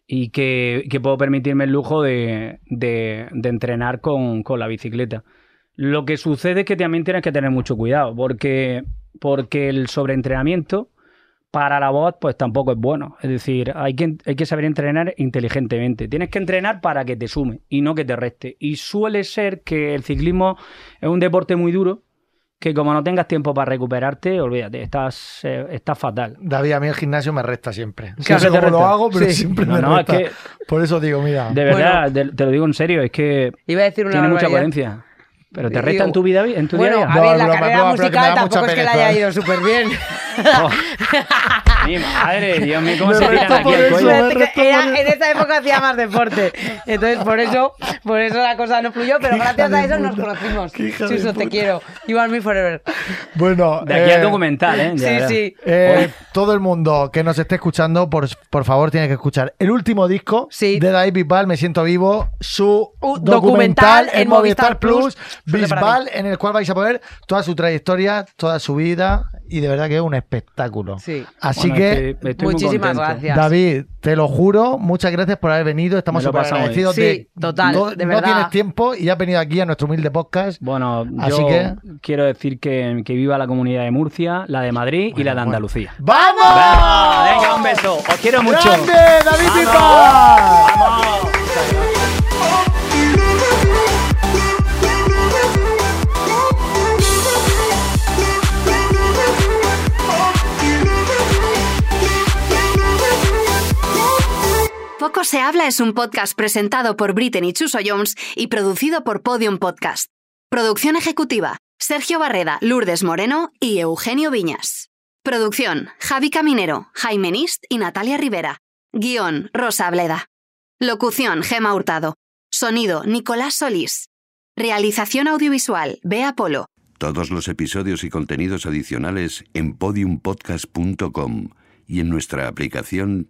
E: y que, que puedo permitirme el lujo de, de- de entrenar con, con la bicicleta. Lo que sucede es que también tienes que tener mucho cuidado porque, porque el sobreentrenamiento para la voz pues tampoco es bueno. Es decir, hay que, hay que saber entrenar inteligentemente. Tienes que entrenar para que te sume y no que te reste. Y suele ser que el ciclismo es un deporte muy duro que como no tengas tiempo para recuperarte, olvídate, estás, eh, estás fatal.
C: David, a mí el gimnasio me resta siempre. No
E: Claro,
C: sé
E: te
C: cómo lo
E: resta.
C: hago, pero
E: Sí.
C: siempre
E: No,
C: me
E: no, es
C: resta.
E: que-
C: Por eso digo, mira.
E: De
D: Bueno.
E: verdad, te, te lo digo en serio, es que
D: Iba a decir una
E: tiene mucha
D: barbaridad.
E: coherencia. Pero te
D: Digo,
E: resta en tu vida, en tu
D: bueno,
E: día a
D: a
C: No,
E: día.
D: ver,
C: es
D: la
C: broma,
D: carrera
C: es broma, pero que me
D: musical
C: da
D: tampoco
C: mucha
D: es que la
C: pereza. ¿eh?
D: haya ido súper bien.
E: Oh. Mi madre, Dios mío, cómo
C: Me
E: se tiran
C: resta
E: aquí
C: por
E: el
C: eso,
E: cuello.
C: me resta
D: Era-
C: por eso.
D: en esa época hacía más deporte. Entonces, por eso, por eso la cosa no fluyó, pero
C: Qué hija
D: gracias
C: de
D: a eso nos
C: puta.
D: conocimos.
C: Qué hija de
D: Chuso, te
C: puta.
D: quiero. You are me forever.
C: Bueno,
E: De aquí al
C: eh,
E: documental, ¿eh? De
D: Sí,
E: verdad.
D: sí.
C: eh, todo el mundo que nos esté escuchando, por, por favor, tiene que escuchar el último disco
D: Sí.
C: de David Bisbal, Me Siento Vivo, su
D: Un
C: documental en Movistar Plus,
D: Suerte para
C: Bisbal, en el cual vais a poder toda su trayectoria, toda su vida, y de verdad que es un espectáculo.
D: Sí.
C: Así
E: Bueno,
C: que,
E: estoy- estoy muy
D: Muchísimas
E: contento.
D: gracias.
C: David, te lo juro, muchas gracias por haber venido, estamos
E: Me lo he
C: súper
E: pasado bien.
C: agradecidos.
D: Sí,
C: de-
D: total,
C: no,
D: de
C: no
D: verdad.
C: tienes tiempo y has venido aquí a nuestro humilde podcast.
E: Bueno,
C: Así
E: yo
C: que-
E: quiero decir que, que viva la comunidad de Murcia, la de Madrid y la de Andalucía.
C: ¡Vamos!
E: Venga, un beso. Os quiero mucho.
C: ¡Grande, David Bisbal!
B: Poco se habla es un podcast presentado por Britten y Chuso Jones y producido por Podium Podcast. Producción ejecutiva: Sergio Barreda, Lourdes Moreno y Eugenio Viñas. Producción: Javi Caminero, Jaime Nist y Natalia Rivera. Guión: Rosa Bleda. Locución, Gema Hurtado. Sonido, Nicolás Solís. Realización audiovisual, Bea Polo.
F: Todos los episodios y contenidos adicionales en podiumpodcast.com y en nuestra aplicación